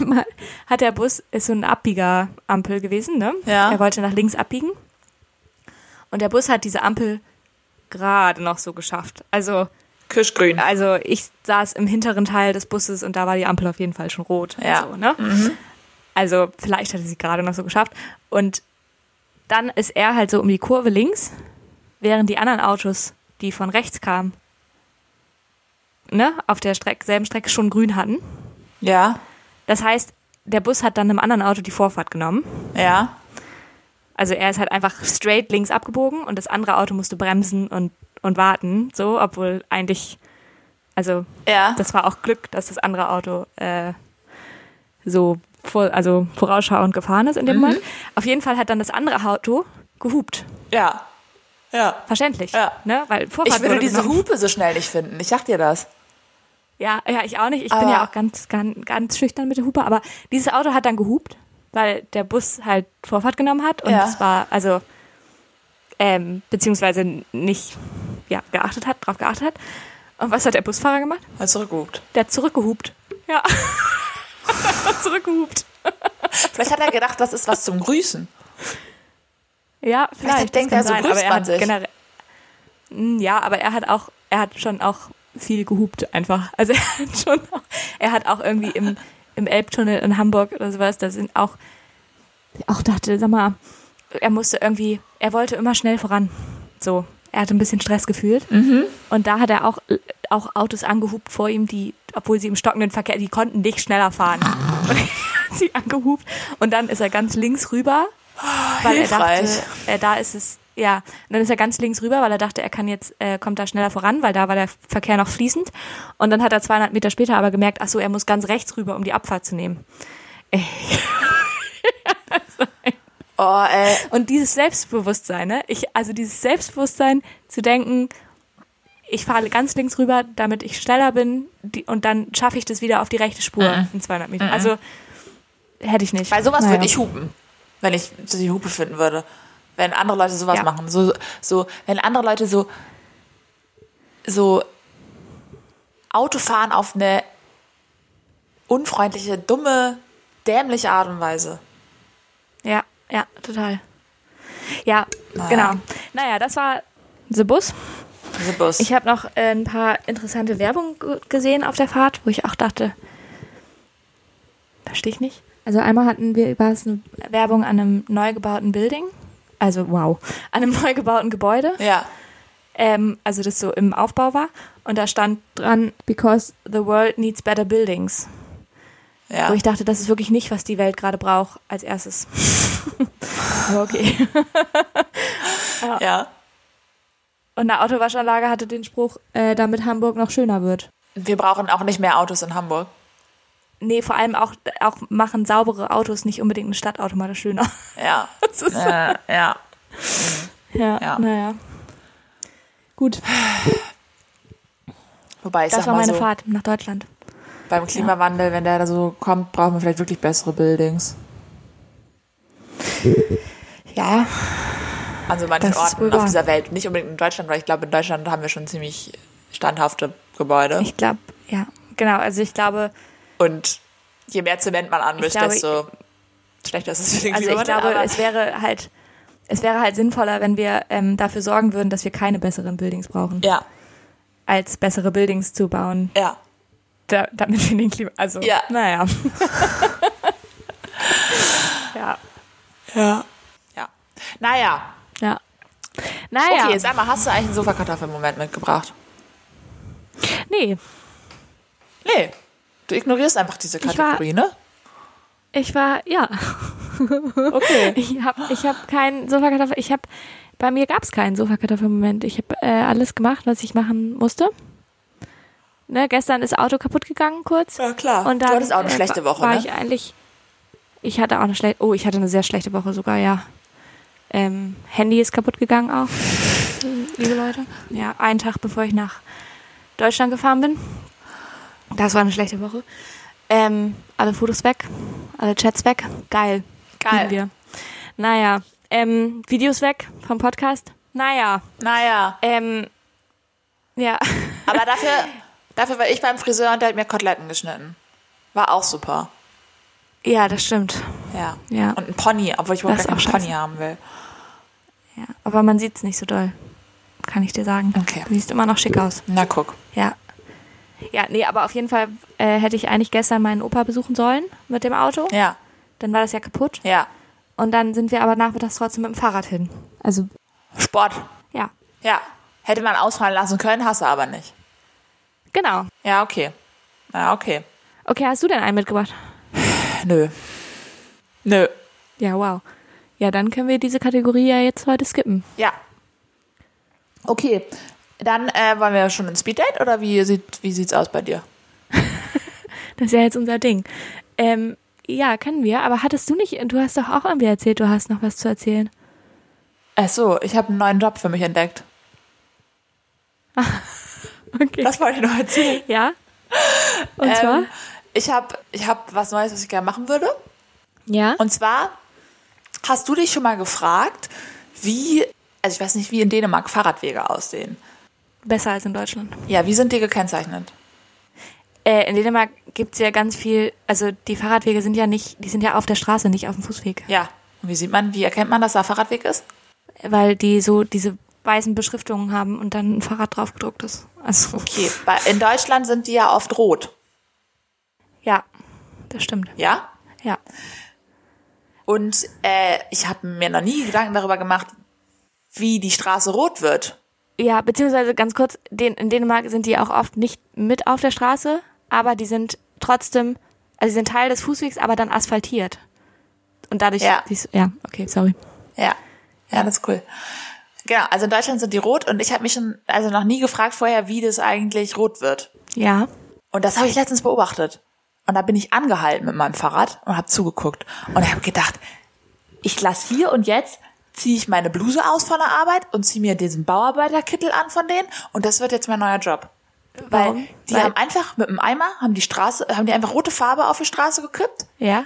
einmal hat der Bus, ist so eine Abbiegerampel gewesen, ne?
Ja.
Er wollte nach links abbiegen. Und der Bus hat diese Ampel gerade noch so geschafft. Also,
Kirschgrün.
also ich saß im hinteren Teil des Busses und da war die Ampel auf jeden Fall schon rot.
Ja.
So, ne? Also vielleicht hat er sie gerade noch so geschafft. Und dann ist er halt so um die Kurve links, während die anderen Autos, die von rechts kamen, ne, auf der Streck, selben Strecke schon grün hatten.
Ja,
Das heißt, der Bus hat dann einem anderen Auto die Vorfahrt genommen.
ja.
Also er ist halt einfach straight links abgebogen und das andere Auto musste bremsen und, und warten, so, obwohl eigentlich, also
Ja.
das war auch Glück, dass das andere Auto äh, so vor, also vorausschauend gefahren ist in
Mhm.
dem Moment. Auf jeden Fall hat dann das andere Auto gehupt.
ja. Ja.
Verständlich.
Ja.
Ne? Weil Vorfahrt
Ich würde
wurde
diese
genommen.
Hupe so schnell nicht finden. Ich sag dir das.
Ja, ja, ich auch nicht. Ich bin
Aber-
ja auch ganz, ganz, ganz schüchtern mit der Hupe. Aber dieses Auto hat dann gehupt, weil der Bus halt Vorfahrt genommen hat. Und
Ja.
es war, also, ähm, beziehungsweise nicht, ja, geachtet hat, drauf geachtet hat. Und was hat der Busfahrer gemacht?
Hat zurückgehupt.
Der hat zurückgehupt. Ja. zurückgehupt.
Vielleicht hat er gedacht, das ist was zum Grüßen.
Ja,
Vielleicht
vielleicht.
denkt
das
er
kann
so, grüßt
aber er
man
hat
sich.
generell. Mm, Ja, aber er hat auch, er hat schon auch viel gehupt einfach. Also er hat schon, auch, er hat auch irgendwie im, im Elbtunnel in Hamburg oder sowas, da sind auch, auch dachte, sag mal, er musste irgendwie, er wollte immer schnell voran. So, er hatte ein bisschen Stress gefühlt. Und da hat er auch, auch Autos angehupt vor ihm, die, obwohl sie im stockenden Verkehr, die konnten nicht schneller fahren. Und er hat sie angehupt. Und dann ist er ganz links rüber, weil er
hilfreich.
dachte, äh, da ist es, ja. Und dann ist er ganz links rüber, weil er dachte, er kann jetzt, äh, kommt da schneller voran, weil da war der Verkehr noch fließend. Und dann hat er 200 Meter später aber gemerkt, ach so, er muss ganz rechts rüber, um die Abfahrt zu nehmen.
Oh, ey.
Und dieses Selbstbewusstsein, ne? Ich, also dieses Selbstbewusstsein zu denken, ich fahre ganz links rüber, damit ich schneller bin die, und dann schaffe ich das wieder auf die rechte Spur in 200 Metern. Also hätte ich nicht.
Bei sowas
Naja.
würde ich hupen, wenn ich so die Hupe finden würde. Wenn andere Leute sowas
Ja.
machen. So, so, wenn andere Leute so, so Autofahren auf eine unfreundliche, dumme, dämliche Art und Weise.
Ja, ja, total. Ja,
Naja.
genau. Naja, das war The Bus.
Diese Bus.
Ich habe noch äh, ein paar interessante Werbung g- gesehen auf der Fahrt, wo ich auch dachte, verstehe ich nicht. Also einmal hatten wir, war es eine Werbung an einem neu gebauten Building, also wow, an einem neu gebauten Gebäude,
ja.
ähm, also das so im Aufbau war. Und da stand dran, because the world needs better buildings.
Ja.
Wo ich dachte, das ist wirklich nicht, was die Welt gerade braucht als erstes. Aber okay.
ja.
Und eine Autowaschanlage hatte den Spruch, äh, damit Hamburg noch schöner wird.
Wir brauchen auch nicht mehr Autos in Hamburg.
Nee, vor allem auch, auch machen saubere Autos nicht unbedingt eine Stadt automatisch schöner.
Ja.
Das ist-
äh, ja.
Ja,
Ja.
naja. Gut,
Wobei ich
das
sag
war
mal
meine
so,
Fahrt nach Deutschland.
beim Klimawandel, wenn der da so kommt, brauchen wir vielleicht wirklich bessere Buildings.
Ja,
An so manchen
Das ist wohl
Orten auf
wahr.
dieser Welt. Nicht unbedingt in Deutschland, weil ich glaube, in Deutschland haben wir schon ziemlich standhafte Gebäude.
ich glaube, ja, genau. Also ich glaube,
und je mehr Zement man anmischt,
glaube,
desto schlecht, dass es für den
Also ich
Klimawandel,
glaube,
aber
es wäre halt, es wäre halt sinnvoller, wenn wir ähm, dafür sorgen würden, dass wir keine besseren Buildings brauchen,
ja,
als bessere Buildings zu bauen,
ja.
da, damit wir den Klima, also
Ja.
naja. ja,
Ja. Ja. Naja.
ja. Naja,
Okay, sag mal, hast du eigentlich einen Sofakartoffelmoment mitgebracht?
nee,
Nee. Du ignorierst einfach diese
war-
Kategorie, ne?
ich war, ja,
Okay.
ich habe ich hab keinen Sofakartoffel, ich habe, bei mir gab es keinen Sofakartoffelmoment. Ich habe äh, alles gemacht, was ich machen musste. Ne, gestern ist Auto kaputt gegangen kurz.
Ja, klar.
Und dann,
du hattest auch eine
äh,
schlechte Woche,
war
ne?
ich eigentlich. Ich hatte auch eine schlechte. Oh, ich hatte eine sehr schlechte Woche sogar, ja. Ähm, Handy ist kaputt gegangen auch, liebe Leute. Ja, einen Tag bevor ich nach Deutschland gefahren bin. Das war eine schlechte Woche. Ähm, alle Fotos weg, alle Chats weg. Geil.
Geil.
Lieben Wir. Naja, ähm, Videos weg vom Podcast. Naja,
Naja.
ähm, ja.
Aber dafür, dafür war ich beim Friseur und der hat mir Koteletten geschnitten. War auch super.
Ja, das stimmt.
Ja.
Ja.
Und ein Pony, obwohl ich überhaupt
Das
gar
ist
keinen
auch
Pony
scheiße.
haben will.
Ja, aber man sieht's nicht so doll. Kann ich dir sagen.
Okay.
Du siehst immer noch schick aus.
Na guck.
Ja. Ja, nee, aber auf jeden Fall äh, hätte ich eigentlich gestern meinen Opa besuchen sollen mit dem Auto.
Ja.
Dann war das ja kaputt.
Ja.
Und dann sind wir aber nachmittags trotzdem mit dem Fahrrad hin. Also,
Sport.
ja.
Ja. Hätte man ausfallen lassen können, hast du aber nicht.
Genau.
Ja, okay. Ja, okay.
Okay, hast du denn einen mitgebracht?
Nö. Nö.
Ja, wow. Ja, dann können wir diese Kategorie ja jetzt heute skippen.
Ja. Okay. Dann äh, wollen wir schon ein Speeddate oder wie sieht wie sieht's aus bei dir?
Das ist ja jetzt unser Ding. Ähm, ja, können wir. Aber hattest du nicht, du hast doch auch irgendwie erzählt, du hast noch was zu erzählen.
Ach so, ich habe einen neuen Job für mich entdeckt.
Okay.
Das wollte ich noch erzählen.
Ja? Und zwar?
Ähm, ich habe ich hab was Neues, was ich gerne machen würde.
Ja?
Und zwar hast du dich schon mal gefragt, wie, also ich weiß nicht, wie in Dänemark Fahrradwege aussehen.
Besser als in Deutschland.
Ja, wie sind die gekennzeichnet?
Äh, in Dänemark gibt's ja ganz viel, also die Fahrradwege sind ja nicht, die sind ja auf der Straße, nicht auf dem Fußweg.
Ja. Und wie sieht man, wie erkennt man, dass da ein Fahrradweg ist?
Weil die so diese weißen Beschriftungen haben und dann ein Fahrrad drauf gedruckt ist. Also,
Okay, bei, in Deutschland sind die ja oft rot.
ja, das stimmt.
Ja?
Ja.
Und äh, ich habe mir noch nie Gedanken darüber gemacht, wie die Straße rot wird.
Ja, beziehungsweise ganz kurz, den, in Dänemark sind die auch oft nicht mit auf der Straße, aber die sind trotzdem, also die sind Teil des Fußwegs, aber dann asphaltiert. Und dadurch,
Ja.
siehst du- ja, okay, sorry.
Ja, ja, das ist cool. Genau, also in Deutschland sind die rot und ich habe mich schon, also noch nie gefragt vorher, wie das eigentlich rot wird.
Ja.
Und das habe ich letztens beobachtet. Und da bin ich angehalten mit meinem Fahrrad und habe zugeguckt und habe gedacht, ich lasse hier und jetzt ziehe ich meine Bluse aus von der Arbeit und ziehe mir diesen Bauarbeiterkittel an von denen und das wird jetzt mein neuer Job. Weil
Warum?
die
Weil-
haben einfach mit dem Eimer haben die Straße haben die einfach rote Farbe auf die Straße gekippt.
Ja.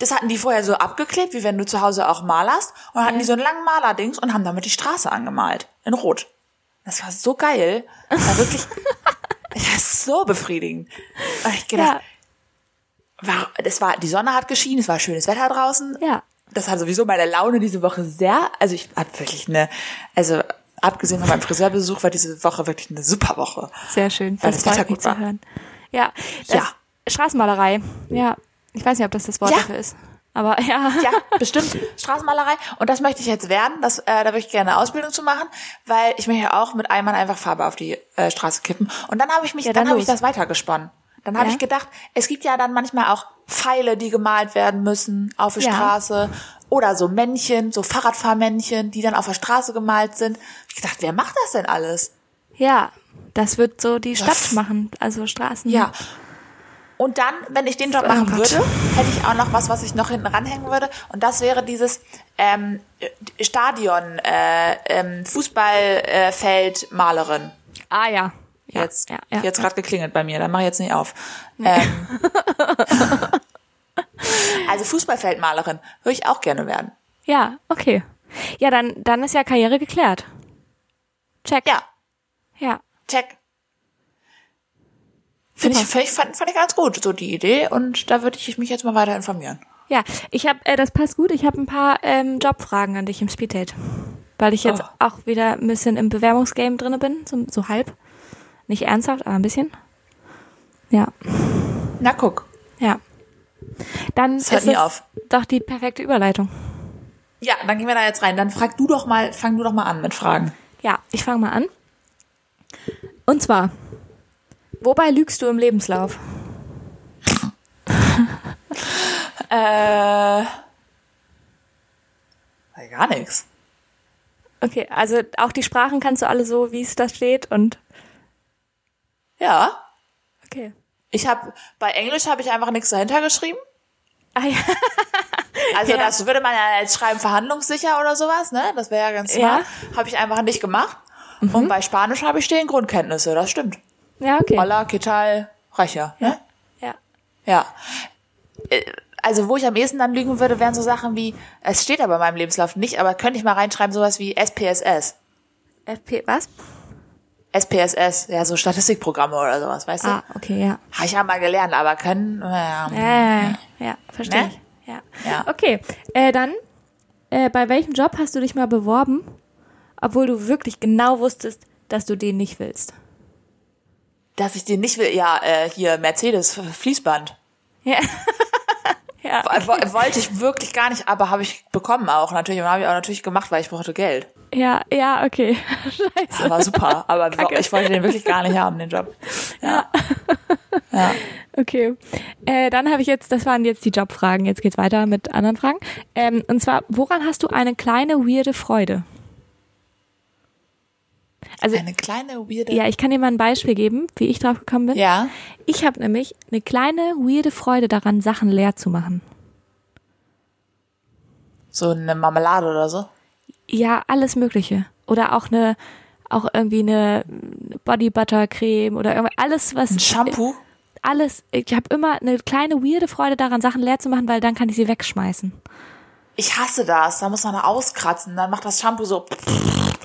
Das hatten die vorher so abgeklebt, wie wenn du zu Hause auch malerst und hatten die so einen langen Malerdings und haben damit die Straße angemalt in rot. Das war so geil, das war wirklich das ist so befriedigend. Und ich gedacht,
Ja.
war, das war, die Sonne hat geschienen, es war schönes Wetter draußen.
Ja.
Das hat sowieso meine Laune diese Woche sehr, also ich hab wirklich eine, also abgesehen von meinem Friseurbesuch war diese Woche wirklich eine super Woche.
Sehr schön.
Weil
Das,
das Wetter
freut mich
gut
zu
war.
hören. Ja, das
Ja.
Straßenmalerei. Ja, ich weiß nicht, ob das das Wort
Ja.
dafür ist. Aber ja.
Ja, bestimmt. Straßenmalerei. Und das möchte ich jetzt werden. Das, äh, da würde ich gerne eine Ausbildung zu machen, weil ich möchte auch mit Eimern einfach Farbe auf die äh, Straße kippen. Und dann habe ich mich, dann,
dann
habe ich
los.
das weitergesponnen. Dann habe
Ja.
ich gedacht, es gibt ja dann manchmal auch Pfeile, die gemalt werden müssen auf der
Ja.
Straße. Oder so Männchen, so Fahrradfahrmännchen, die dann auf der Straße gemalt sind. Ich gedacht, wer macht das denn alles?
Ja, das wird so die Stadt
pff.
machen, also Straßen.
Ja. Und dann, wenn ich den Job
Oh
machen
Gott.
würde, hätte ich auch noch was, was ich noch hinten ranhängen würde. Und das wäre dieses ähm, Stadion, äh, ähm, Fußballfeldmalerin.
Ah ja. ja
jetzt
ja, ja,
jetzt
ja.
gerade geklingelt bei mir, dann mache ich jetzt nicht auf. Ähm, also Fußballfeldmalerin würde ich auch gerne werden.
ja, okay. Ja, dann, dann ist ja Karriere geklärt. Check.
Ja,
Ja.
check. Finde ich, find ich, fand, fand ich ganz gut, so die Idee. Und da würde ich mich jetzt mal weiter informieren.
Ja, ich habe, äh, das passt gut. Ich habe ein paar ähm, Jobfragen an dich im Speeddate, weil ich jetzt
Oh.
auch wieder ein bisschen im Bewerbungsgame drinne bin, so, so halb. Nicht ernsthaft, aber ein bisschen. Ja,
Na guck.
ja. Dann
Das hört
ist
nie
es
auf.
doch die perfekte Überleitung.
Ja, dann gehen wir da jetzt rein. Dann frag du doch mal, fang du doch mal an mit Fragen.
Ja, ich fange mal an. Und zwar, wobei lügst du im Lebenslauf?
Äh, gar nichts.
Okay, also auch die Sprachen kannst du alle so, wie es da steht und
Ja,
okay.
ich habe bei Englisch habe ich einfach nichts dahinter geschrieben.
Ah ja.
Also
Ja.
das würde man ja jetzt schreiben verhandlungssicher oder sowas, ne? Das wäre ja ganz smart. Habe ich einfach nicht gemacht.
Mhm.
Und bei Spanisch habe ich stehen Grundkenntnisse, das stimmt.
Ja, okay.
Hola, ¿qué tal? Recher, ne?
Ja.
Ja. Äh, Also wo ich am ehesten dann lügen würde, wären so Sachen wie, es steht aber in meinem Lebenslauf nicht, aber könnte ich mal reinschreiben sowas wie SPSS.
FP, was?
SPSS, ja, so Statistikprogramme oder sowas, weißt
Ah, okay, ja.
du? Habe ich ja mal gelernt, aber können, ähm, naja,
Äh, ja, verstehe
Ne?
ich. Ja.
Ja.
Okay, äh, dann, äh, bei welchem Job hast du dich mal beworben, obwohl du wirklich genau wusstest, dass du den nicht willst?
dass ich den nicht will. Ja, äh, hier, Mercedes, Fließband.
Ja. ja.
Wo- Wollte ich wirklich gar nicht, aber habe ich bekommen auch natürlich. Und habe ich auch natürlich gemacht, weil ich brauchte Geld.
Ja, ja, okay. Scheiße.
Das war super, aber
Kacke.
ich wollte den wirklich gar nicht haben, den Job.
Okay. Äh, dann habe ich jetzt, das waren jetzt die Jobfragen. Jetzt geht's weiter mit anderen Fragen. Ähm, und zwar, woran hast du eine kleine weirde Freude? Also,
Eine kleine weirde...
ja, ich kann dir mal ein Beispiel geben, wie ich drauf gekommen bin.
Ja.
Ich habe nämlich eine kleine weirde Freude daran, Sachen leer zu machen.
So eine Marmelade oder so.
Ja, alles Mögliche. Oder auch eine, auch irgendwie eine Body Butter Creme oder irgendwie alles, was.
Ein Shampoo.
Alles. Ich habe immer eine kleine weirde Freude daran, Sachen leer zu machen, weil dann kann ich sie wegschmeißen.
Ich hasse das. Da muss man auskratzen. Dann macht das Shampoo so...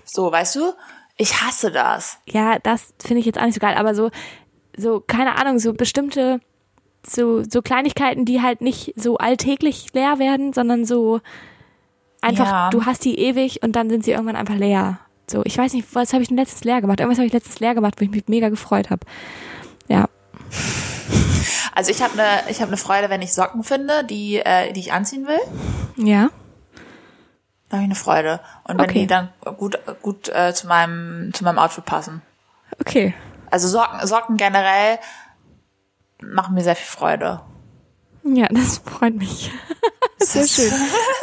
So, weißt du? Ich hasse das.
ja, das finde ich jetzt auch nicht so geil, aber so, so, keine Ahnung, so bestimmte, so, so Kleinigkeiten, die halt nicht so alltäglich leer werden, sondern so einfach,
Ja.
du hast die ewig und dann sind sie irgendwann einfach leer. So, ich weiß nicht, was habe ich denn letztes leer gemacht? Irgendwas habe ich letztes leer gemacht, wo ich mich mega gefreut habe. Ja.
Also ich habe eine ich hab eine Freude, wenn ich Socken finde, die, äh, die ich anziehen will.
Ja.
Da habe ich eine Freude. Und wenn
Okay.
die dann gut, gut äh, zu, meinem, zu meinem Outfit passen.
Okay.
Also Socken, Socken generell machen mir sehr viel Freude.
Ja, das freut mich. Sehr schön.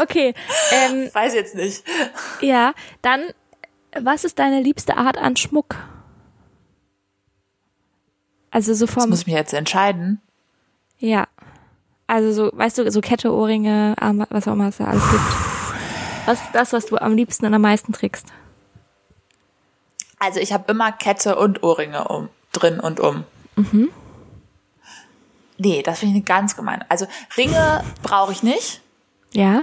Okay. Ähm,
Weiß jetzt nicht.
ja, dann, was ist deine liebste Art an Schmuck? Also so
Das
vom
muss ich mich jetzt entscheiden.
Ja. Also so, weißt du, so Kette, Ohrringe, Armband, was auch immer es da alles gibt. Was ist das, was du am liebsten und am meisten trägst?
Also ich habe immer Kette und Ohrringe um, drin und um. Mhm. Nee, das finde ich nicht ganz gemein. Also Ringe brauche ich nicht.
Ja?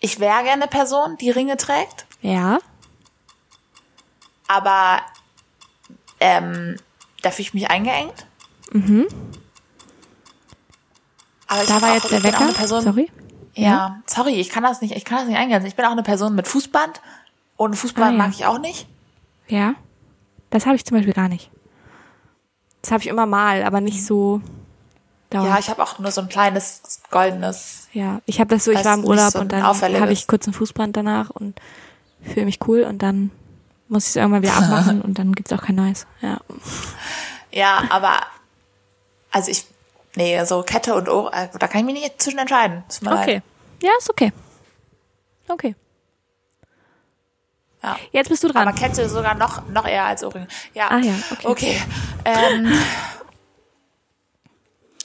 Ich wäre gerne eine Person, die Ringe trägt,
Ja?
aber ähm, da fühle ich mich eingeengt. Mhm. Aber ich
Da
bin
war
auch-
jetzt der
ich bin auch
Wecker.
eine Person,
Sorry.
Ja, sorry, ich kann das nicht, ich kann das nicht eingrenzen. Ich bin auch eine Person mit Fußband. Ohne Fußband
Ah, ja.
mag ich auch nicht.
Ja? Das habe ich zum Beispiel gar nicht. Das habe ich immer mal, aber nicht so
Ja,
dauerhaft.
ich habe auch nur so ein kleines goldenes.
Ja, ich habe das so, ich
Das
war im
ist nicht
Urlaub
so
und
ein
dann
auffälliges.
habe ich kurz einen Fußband danach und fühle mich cool und dann muss ich es irgendwann wieder abmachen und dann gibt's auch kein neues. Ja.
Ja, aber also ich nee, so Kette und Ohr, äh, da kann ich mich nicht zwischen entscheiden. Tut mir leid.
Ja, ist okay. Okay.
Ja.
Jetzt bist du dran.
Aber Kette sogar noch noch eher als Ohrringe. Ja.
Ah ja, okay.
Okay. Ähm,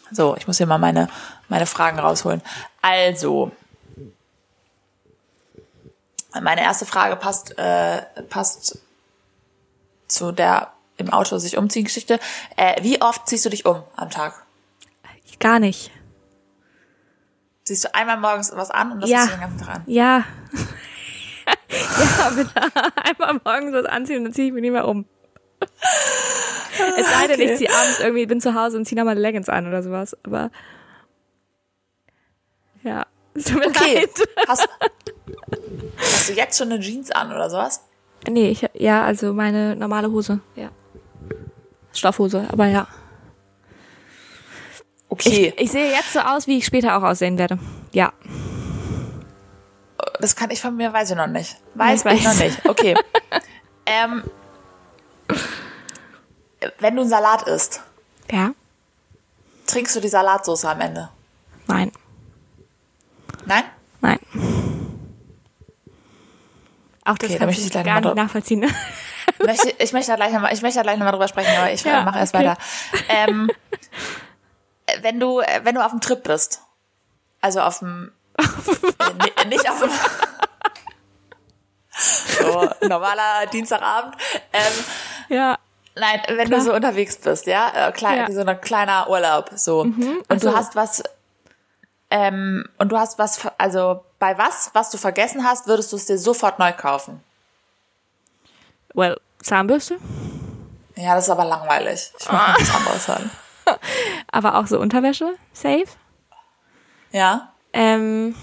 so, ich muss hier mal meine meine Fragen rausholen. Also meine erste Frage passt äh, passt zu der im Auto sich umziehen Geschichte. Äh, wie oft ziehst du dich um am Tag?
Gar nicht.
Siehst du einmal morgens was an und das
Ja.
ziehst du den ganzen Tag an?
Ja. ja, bitte. Einmal morgens was anziehen und dann ziehe ich mich nicht mehr um. Es sei denn, ich ziehe abends irgendwie, bin zu Hause und ziehe nochmal Leggings an oder sowas. Aber Ja. Es tut mir
Okay.
leid.
Hast, hast du jetzt schon eine Jeans an oder sowas?
Nee, ich, ja, also meine normale Hose, ja. Stoffhose, aber ja.
Okay.
Ich sehe jetzt so aus, wie ich später auch aussehen werde. Ja.
das kann ich von mir, weiß ich noch nicht.
Weiß
Weiß, ich
weiß.
noch nicht. Okay. ähm, wenn du einen Salat isst,
Ja?
trinkst du die Salatsauce am Ende?
Nein.
Nein?
Nein. Auch das
Okay, da
kann
möchte
ich
ich gleich
gar
noch
nicht
drauf-
nachvollziehen. ne?
Möchte, ich möchte da gleich nochmal, ich möchte da gleich nochmal drüber sprechen, aber ich
Ja,
äh, mache erst
okay.
weiter. Ähm, äh, wenn du, äh, wenn du auf dem Trip bist, also auf dem, äh, ni- nicht auf dem, so, normaler Dienstagabend, ähm,
ja.
Nein, wenn
Klar.
du so unterwegs bist, ja, äh, klein,
Ja. Mhm, also
wie so ein kleiner Urlaub, so.
ach
Und du
so.
hast was, ähm, und du hast was, ver- also bei was, was du vergessen hast, würdest du es dir sofort neu kaufen.
Well, Zahnbürste,
Ja, das ist aber langweilig. Ich
Ah.
mag nichts anderes hören.
aber auch so Unterwäsche, safe.
Ja,
Ähm.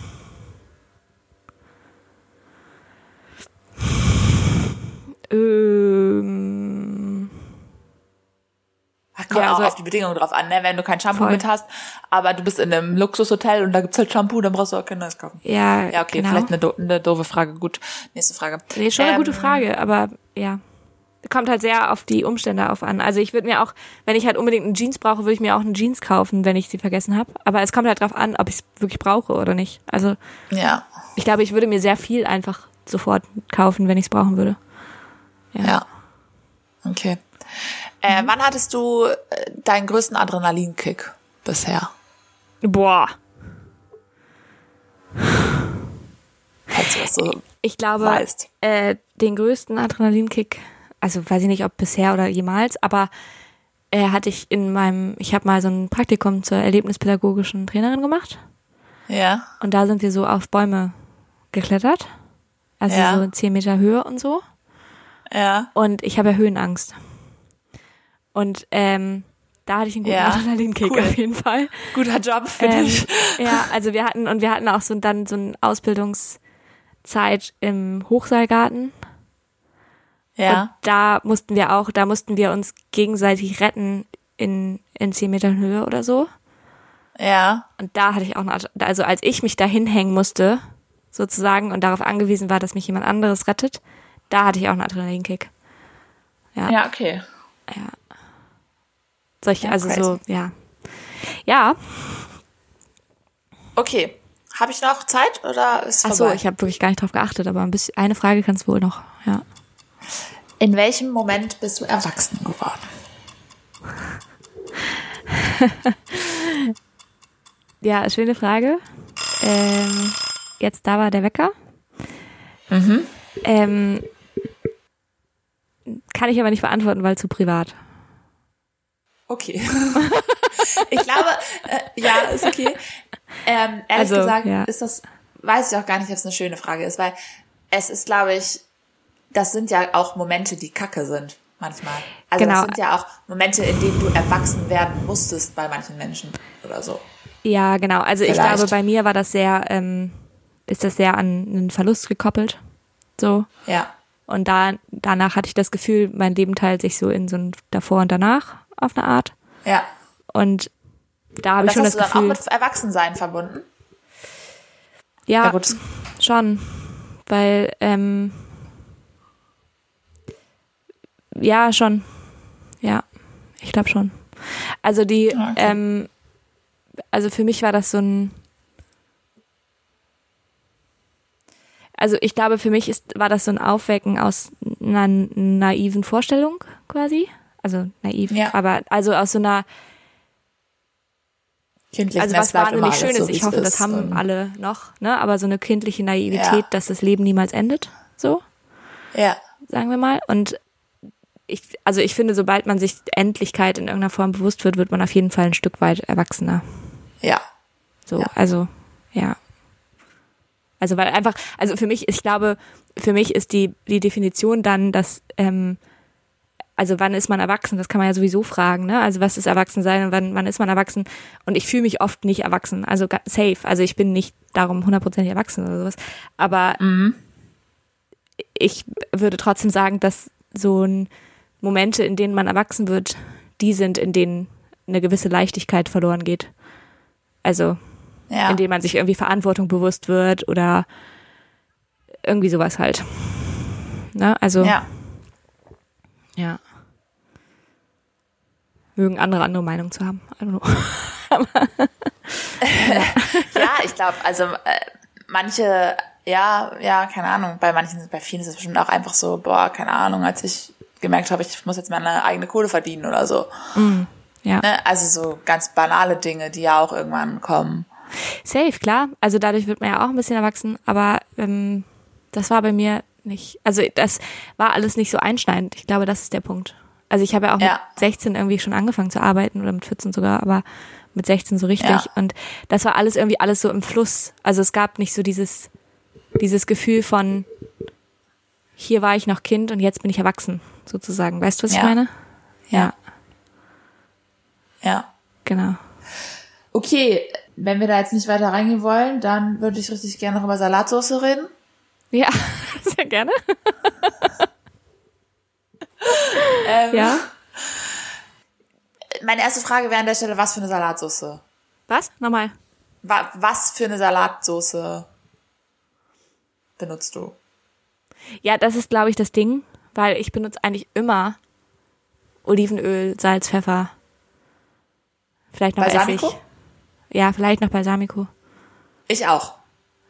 Ähm,
Ach, kommt
Ja,
auch
also-
auf die Bedingungen drauf an, ne? Wenn du kein Shampoo
Voll.
mit hast, aber du bist in einem Luxushotel und da gibt's halt Shampoo, dann brauchst du auch kein neues kaufen.
ja,
Ja, okay,
genau.
vielleicht eine, do eine doofe Frage. Gut, nächste Frage.
Nee, schon eine
Ähm,
gute Frage, aber ja. Kommt halt sehr auf die Umstände auf an. Also ich würde mir auch, wenn ich halt unbedingt eine Jeans brauche, würde ich mir auch eine Jeans kaufen, wenn ich sie vergessen habe. Aber es kommt halt drauf an, ob ich es wirklich brauche oder nicht. Also
Ja,
ich glaube, ich würde mir sehr viel einfach sofort kaufen, wenn ich es brauchen würde.
ja. Okay. Äh, Wann hattest du äh, deinen größten Adrenalinkick bisher?
Boah.
Falls du das so
Ich glaube,
weißt.
äh, den größten Adrenalinkick, also weiß ich nicht, ob bisher oder jemals, aber äh, hatte ich in meinem, ich habe mal so ein Praktikum zur erlebnispädagogischen Trainerin gemacht.
Ja.
Und da sind wir so auf Bäume geklettert. Also
Ja.
so 10 Meter Höhe und so.
Ja.
Und ich habe ja Höhenangst. Und ähm, da hatte ich einen guten
Ja,
Adrenalinkick
cool.
auf jeden Fall.
Guter Job, finde
Ähm,
ich.
ja, also wir hatten und wir hatten auch so dann so eine Ausbildungszeit im Hochseilgarten. Und
Ja.
da mussten wir auch, da mussten wir uns gegenseitig retten in, in 10 Metern Höhe oder so.
Ja.
Und da hatte ich auch eine Art, also als ich mich da hinhängen musste, sozusagen, und darauf angewiesen war, dass mich jemand anderes rettet, da hatte ich auch einen Adrenalinkick.
Ja, okay.
Solche,
Ja,
also
crazy.
so, ja. Ja,
Okay. Habe ich noch Zeit oder ist
ach
vorbei?
so, ich habe wirklich gar nicht drauf geachtet, aber ein bisschen, eine Frage kannst wohl noch, ja.
In welchem Moment bist du erwachsen geworden?
Ja, schöne Frage. Ähm, jetzt da war der Wecker. Ähm, kann ich aber nicht beantworten, weil zu privat.
Okay. ich glaube, äh, ja, ist okay. Ähm, ehrlich
Also,
gesagt,
ja.
ist das, weiß ich auch gar nicht, ob es eine schöne Frage ist, weil es ist, glaube ich, das sind ja auch Momente, die kacke sind manchmal. Also
Genau.
das sind ja auch Momente, in denen du erwachsen werden musstest bei manchen Menschen oder so.
Ja, genau. Also ich
Vielleicht.
glaube, bei mir war das sehr, ähm, ist das sehr an einen Verlust gekoppelt. So.
Ja.
Und da, danach hatte ich das Gefühl, mein Leben teilt sich so in so ein davor und danach auf eine Art.
Ja.
Und da habe ich
Das
schon
hast
das
du
Gefühl,
dann auch mit Erwachsensein verbunden.
ja,
Ja, gut.
schon, weil ähm, ja schon, ja, ich glaube schon. Also die,
Ah, okay.
ähm, also für mich war das so ein Also ich glaube, für mich ist, war das so ein Aufwecken aus einer naiven Vorstellung quasi. Also naiv,
Ja.
aber also aus so einer,
Kindlich
also was wahnsinnig schön ist. Ich hoffe, das haben alle noch, ne? Aber so eine kindliche Naivität,
Ja.
dass das Leben niemals endet, so,
Ja,
sagen wir mal. Und ich, also ich finde, sobald man sich Endlichkeit in irgendeiner Form bewusst wird, wird man auf jeden Fall ein Stück weit erwachsener.
ja,
So,
Ja.
also, ja. Also, weil einfach, also für mich, ich glaube, für mich ist die, die Definition dann, dass, ähm, also wann ist man erwachsen? Das kann man ja sowieso fragen, ne? Also was ist Erwachsensein und wann, wann ist man erwachsen? Und ich fühle mich oft nicht erwachsen, also ga- safe. Also ich bin nicht darum hundertprozentig erwachsen oder sowas. Aber ich würde trotzdem sagen, dass so ein Momente, in denen man erwachsen wird, die sind, in denen eine gewisse Leichtigkeit verloren geht. Also
Ja.
in denen man sich irgendwie Verantwortung bewusst wird oder irgendwie sowas halt. Ne? Also
ja.
ja. Mögen andere andere Meinung zu haben. I don't know.
Ja, ich glaube, also äh, manche, ja, ja, keine Ahnung, bei manchen, bei vielen ist es bestimmt auch einfach so, boah, keine Ahnung, als ich gemerkt habe, ich muss jetzt meine eigene Kohle verdienen oder so.
Ja.
Ne? Also so ganz banale Dinge, die ja auch irgendwann kommen.
Safe, klar. Also dadurch wird man ja auch ein bisschen erwachsen, aber ähm, das war bei mir nicht. Also das war alles nicht so einschneidend. Ich glaube, das ist der Punkt. Also ich habe ja auch
Ja.
mit 16 irgendwie schon angefangen zu arbeiten oder mit 14 sogar, aber mit 16 so richtig.
Ja.
Und das war alles irgendwie alles so im Fluss. Also es gab nicht so dieses, dieses Gefühl von hier war ich noch Kind und jetzt bin ich erwachsen, sozusagen. Weißt du, was ich
Ja.
meine?
Ja. Ja.
Genau.
Okay, wenn wir da jetzt nicht weiter reingehen wollen, dann würde ich richtig gerne noch über Salatsauce reden.
Ja, sehr gerne. Ja.
Meine erste Frage wäre an der Stelle, was für eine Salatsauce?
Was? Nochmal.
Wa was für eine Salatsauce benutzt du?
Ja, das ist, glaube ich, das Ding, weil ich benutze eigentlich immer Olivenöl, Salz, Pfeffer. Vielleicht noch
Balsamico?
Essig. Ja, vielleicht noch Balsamico.
Ich auch.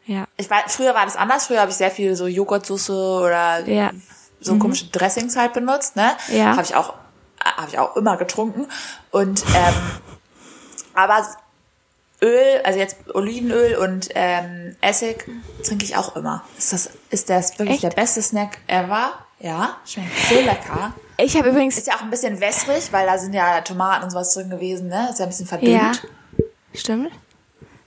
Ja,
Ich war, früher war das anders. Früher habe ich sehr viel so Joghurtsoße oder
Ja. Mhm.
so komische Dressings halt benutzt. Ne?
Ja.
Habe ich auch, äh, habe ich auch immer getrunken. Und ähm, aber Öl, also jetzt Olivenöl und ähm, Essig trinke ich auch immer. Ist das, ist das wirklich
Echt?
der beste Snack ever? Ja, schmeckt so lecker.
ich habe übrigens.
Ist ja auch ein bisschen wässrig, weil da sind ja Tomaten und sowas drin gewesen. Ne, ist ja ein bisschen verdünnt.
Ja, stimmt.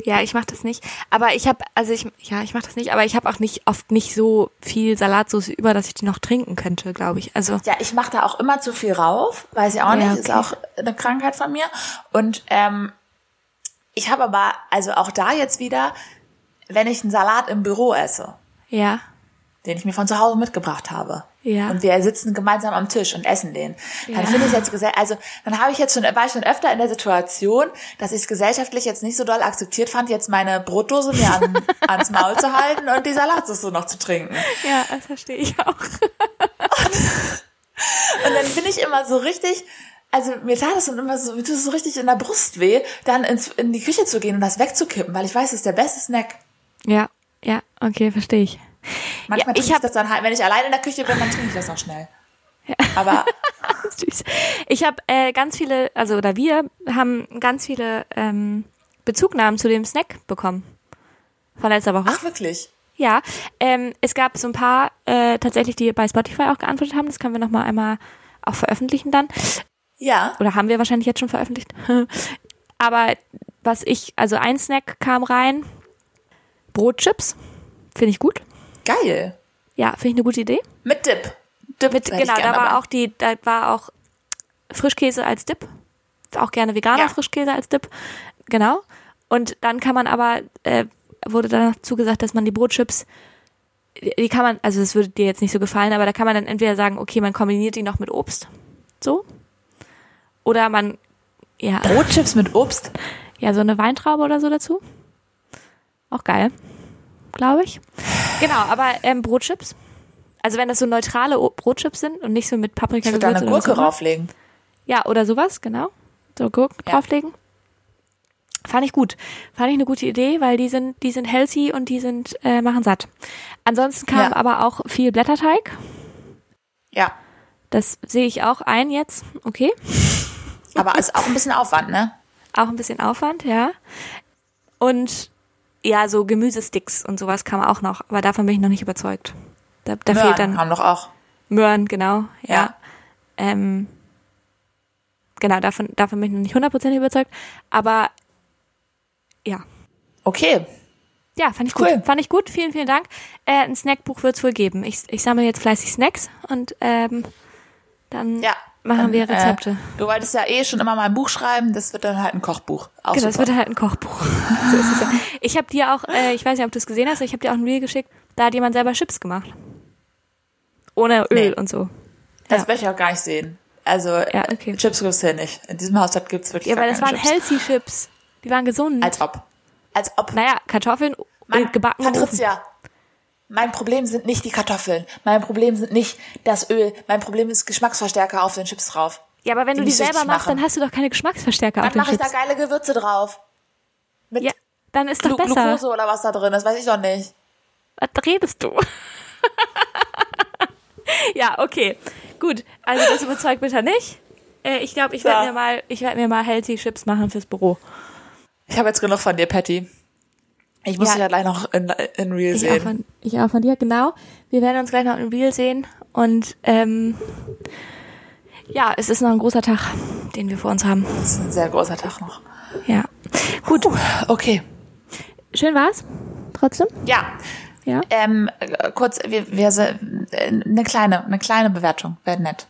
Ja, ich mache das nicht. Aber ich habe, also ich, ja, ich mache das nicht. Aber ich habe auch nicht oft nicht so viel Salatsauce über, dass ich die noch trinken könnte, glaube ich. Also
Ja, ich mache da auch immer zu viel rauf, weiß ich auch
Ja,
nicht, ist
okay.
auch eine Krankheit von mir. Und ähm, ich habe aber, also auch da jetzt wieder, wenn ich einen Salat im Büro esse,
ja,
den ich mir von zu Hause mitgebracht habe.
Ja.
Und wir sitzen gemeinsam am Tisch und essen den. Dann
Ja.
finde ich jetzt gesell- also dann habe ich jetzt schon war ich schon öfter in der Situation, dass ich es gesellschaftlich jetzt nicht so doll akzeptiert fand, jetzt meine Brotdose mir an, ans Maul zu halten und die Salatsauce noch zu trinken.
ja, das verstehe ich auch.
Und dann bin ich immer so richtig, also mir tat es dann immer so, mir tut es so richtig in der Brust weh, dann ins, in die Küche zu gehen und das wegzukippen, weil ich weiß, das ist der beste Snack.
Ja, ja, okay, verstehe ich.
Manchmal
ja,
trinke ich, das dann halt, wenn ich allein in der Küche bin, dann trinke ich das noch schnell. Aber
Süß. Ich habe äh, ganz viele, also oder wir haben ganz viele ähm, Bezugnahmen zu dem Snack bekommen von letzter Woche.
ach wirklich,
Ja, ähm, es gab so ein paar äh, tatsächlich, die bei Spotify auch geantwortet haben. Das können wir noch mal einmal auch veröffentlichen dann
ja,
oder haben wir wahrscheinlich jetzt schon veröffentlicht. Aber was ich, also ein Snack kam rein, Brotchips, finde ich gut.
geil.
Ja, finde ich eine gute Idee.
Mit Dip. Dip
Mit,
hätte ich
genau, da
gern
war
dabei.
auch die, da war auch Frischkäse als Dip. Auch gerne veganer
Ja.
Frischkäse als Dip. Genau. Und dann kann man aber, äh, wurde danach zugesagt, dass man die Brotchips, die die kann man, also das würde dir jetzt nicht so gefallen, aber da kann man dann entweder sagen, okay, man kombiniert die noch mit Obst. So. Oder man, ja, also
Brotchips mit Obst.
ja, so eine Weintraube oder so dazu. Auch geil. Glaube ich. Genau, aber ähm, Brotchips. Also wenn das so neutrale O- Brotchips sind und nicht so mit Paprika
Ich würde da eine
Gewürz
Gurke
oder was auch immer.
rauflegen.
Ja, oder sowas, genau. So Gurken
Ja.
drauflegen. Fand ich gut. Fand ich eine gute Idee, weil die sind, die sind healthy und die sind, äh, machen satt. Ansonsten kam
Ja.
aber auch viel Blätterteig.
Ja,
Das sehe ich auch ein jetzt. Okay.
aber ist auch ein bisschen Aufwand, ne?
Auch ein bisschen Aufwand, ja. Und ja, so Gemüsesticks und sowas kam auch noch, aber davon bin ich noch nicht überzeugt. Da, da
Möhren
fehlt dann
haben doch auch.
Möhren, genau, ja.
Ja.
Ähm, genau, davon, davon bin ich noch nicht hundertprozentig überzeugt, aber ja.
Okay,
Ja, fand ich
Cool.
gut. Fand ich gut. Vielen, vielen Dank. Äh, ein Snackbuch wird's wohl geben. Ich, ich sammle jetzt fleißig Snacks und ähm, dann
ja. äh,
Machen wir Rezepte.
Du wolltest ja eh schon immer mal ein Buch schreiben, das wird dann halt ein Kochbuch.
genau,
Auch genau,
das wird halt ein Kochbuch. so ist es ja. Ich habe dir auch, äh, ich weiß nicht, ob du es gesehen hast, aber ich habe dir auch ein Reel geschickt, da hat jemand selber Chips gemacht. Ohne Öl
Nee.
und so.
das
ja.
will ich auch gar nicht sehen. Also
Ja, okay.
Chips gibt's hier nicht. In diesem Haushalt gibt's wirklich
Ja,
gar
weil das
keine
waren
Chips. Also,
healthy Chips. Die waren gesund.
Als ob. Als ob.
naja, Kartoffeln
Mann,
und gebacken.
Patricia, mein Problem sind nicht die Kartoffeln. Mein Problem sind nicht das Öl. Mein Problem ist Geschmacksverstärker auf den Chips drauf.
Ja, aber wenn du die
die nicht
selber
richtig
machst,
machen.
dann hast du doch keine Geschmacksverstärker auf
Dann
den
mache ich da
Chips.
geile Gewürze drauf. Mit
Ja, dann ist
Glu
doch besser.
Glucose oder was da drin ist, weiß ich doch nicht.
Was redest du? ja, okay. Gut, also das überzeugt mich ja nicht. Äh, ich glaube, ich
So.
werde mir mal, ich werde mir mal healthy Chips machen fürs Büro.
Ich habe jetzt genug von dir, Patty. Ich muss
Ja.
dich ja gleich noch in, in Real
Ich auch,
sehen.
von, ich auch von dir, genau. Wir werden uns gleich noch im Reel sehen und ähm, ja, es ist noch ein großer Tag, den wir vor uns haben.
Das ist ein sehr großer Tag noch.
Ja, gut.
Puh, okay.
Schön war's. Trotzdem.
Ja.
Ja.
Ähm, äh, kurz, wir, wir se- äh, eine kleine, eine kleine Bewertung. Wäre nett.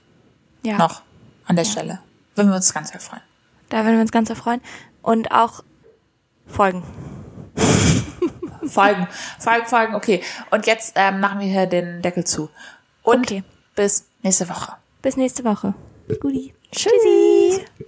Ja.
Noch. An der Stelle. Würden wir uns ganz sehr freuen.
Da würden wir uns ganz erfreuen und auch folgen.
Folgen, folgen, folgen, okay. Und jetzt ähm, machen wir hier den Deckel zu. Und
Okay.
bis nächste Woche.
Bis nächste Woche. Guti.
Tschüssi.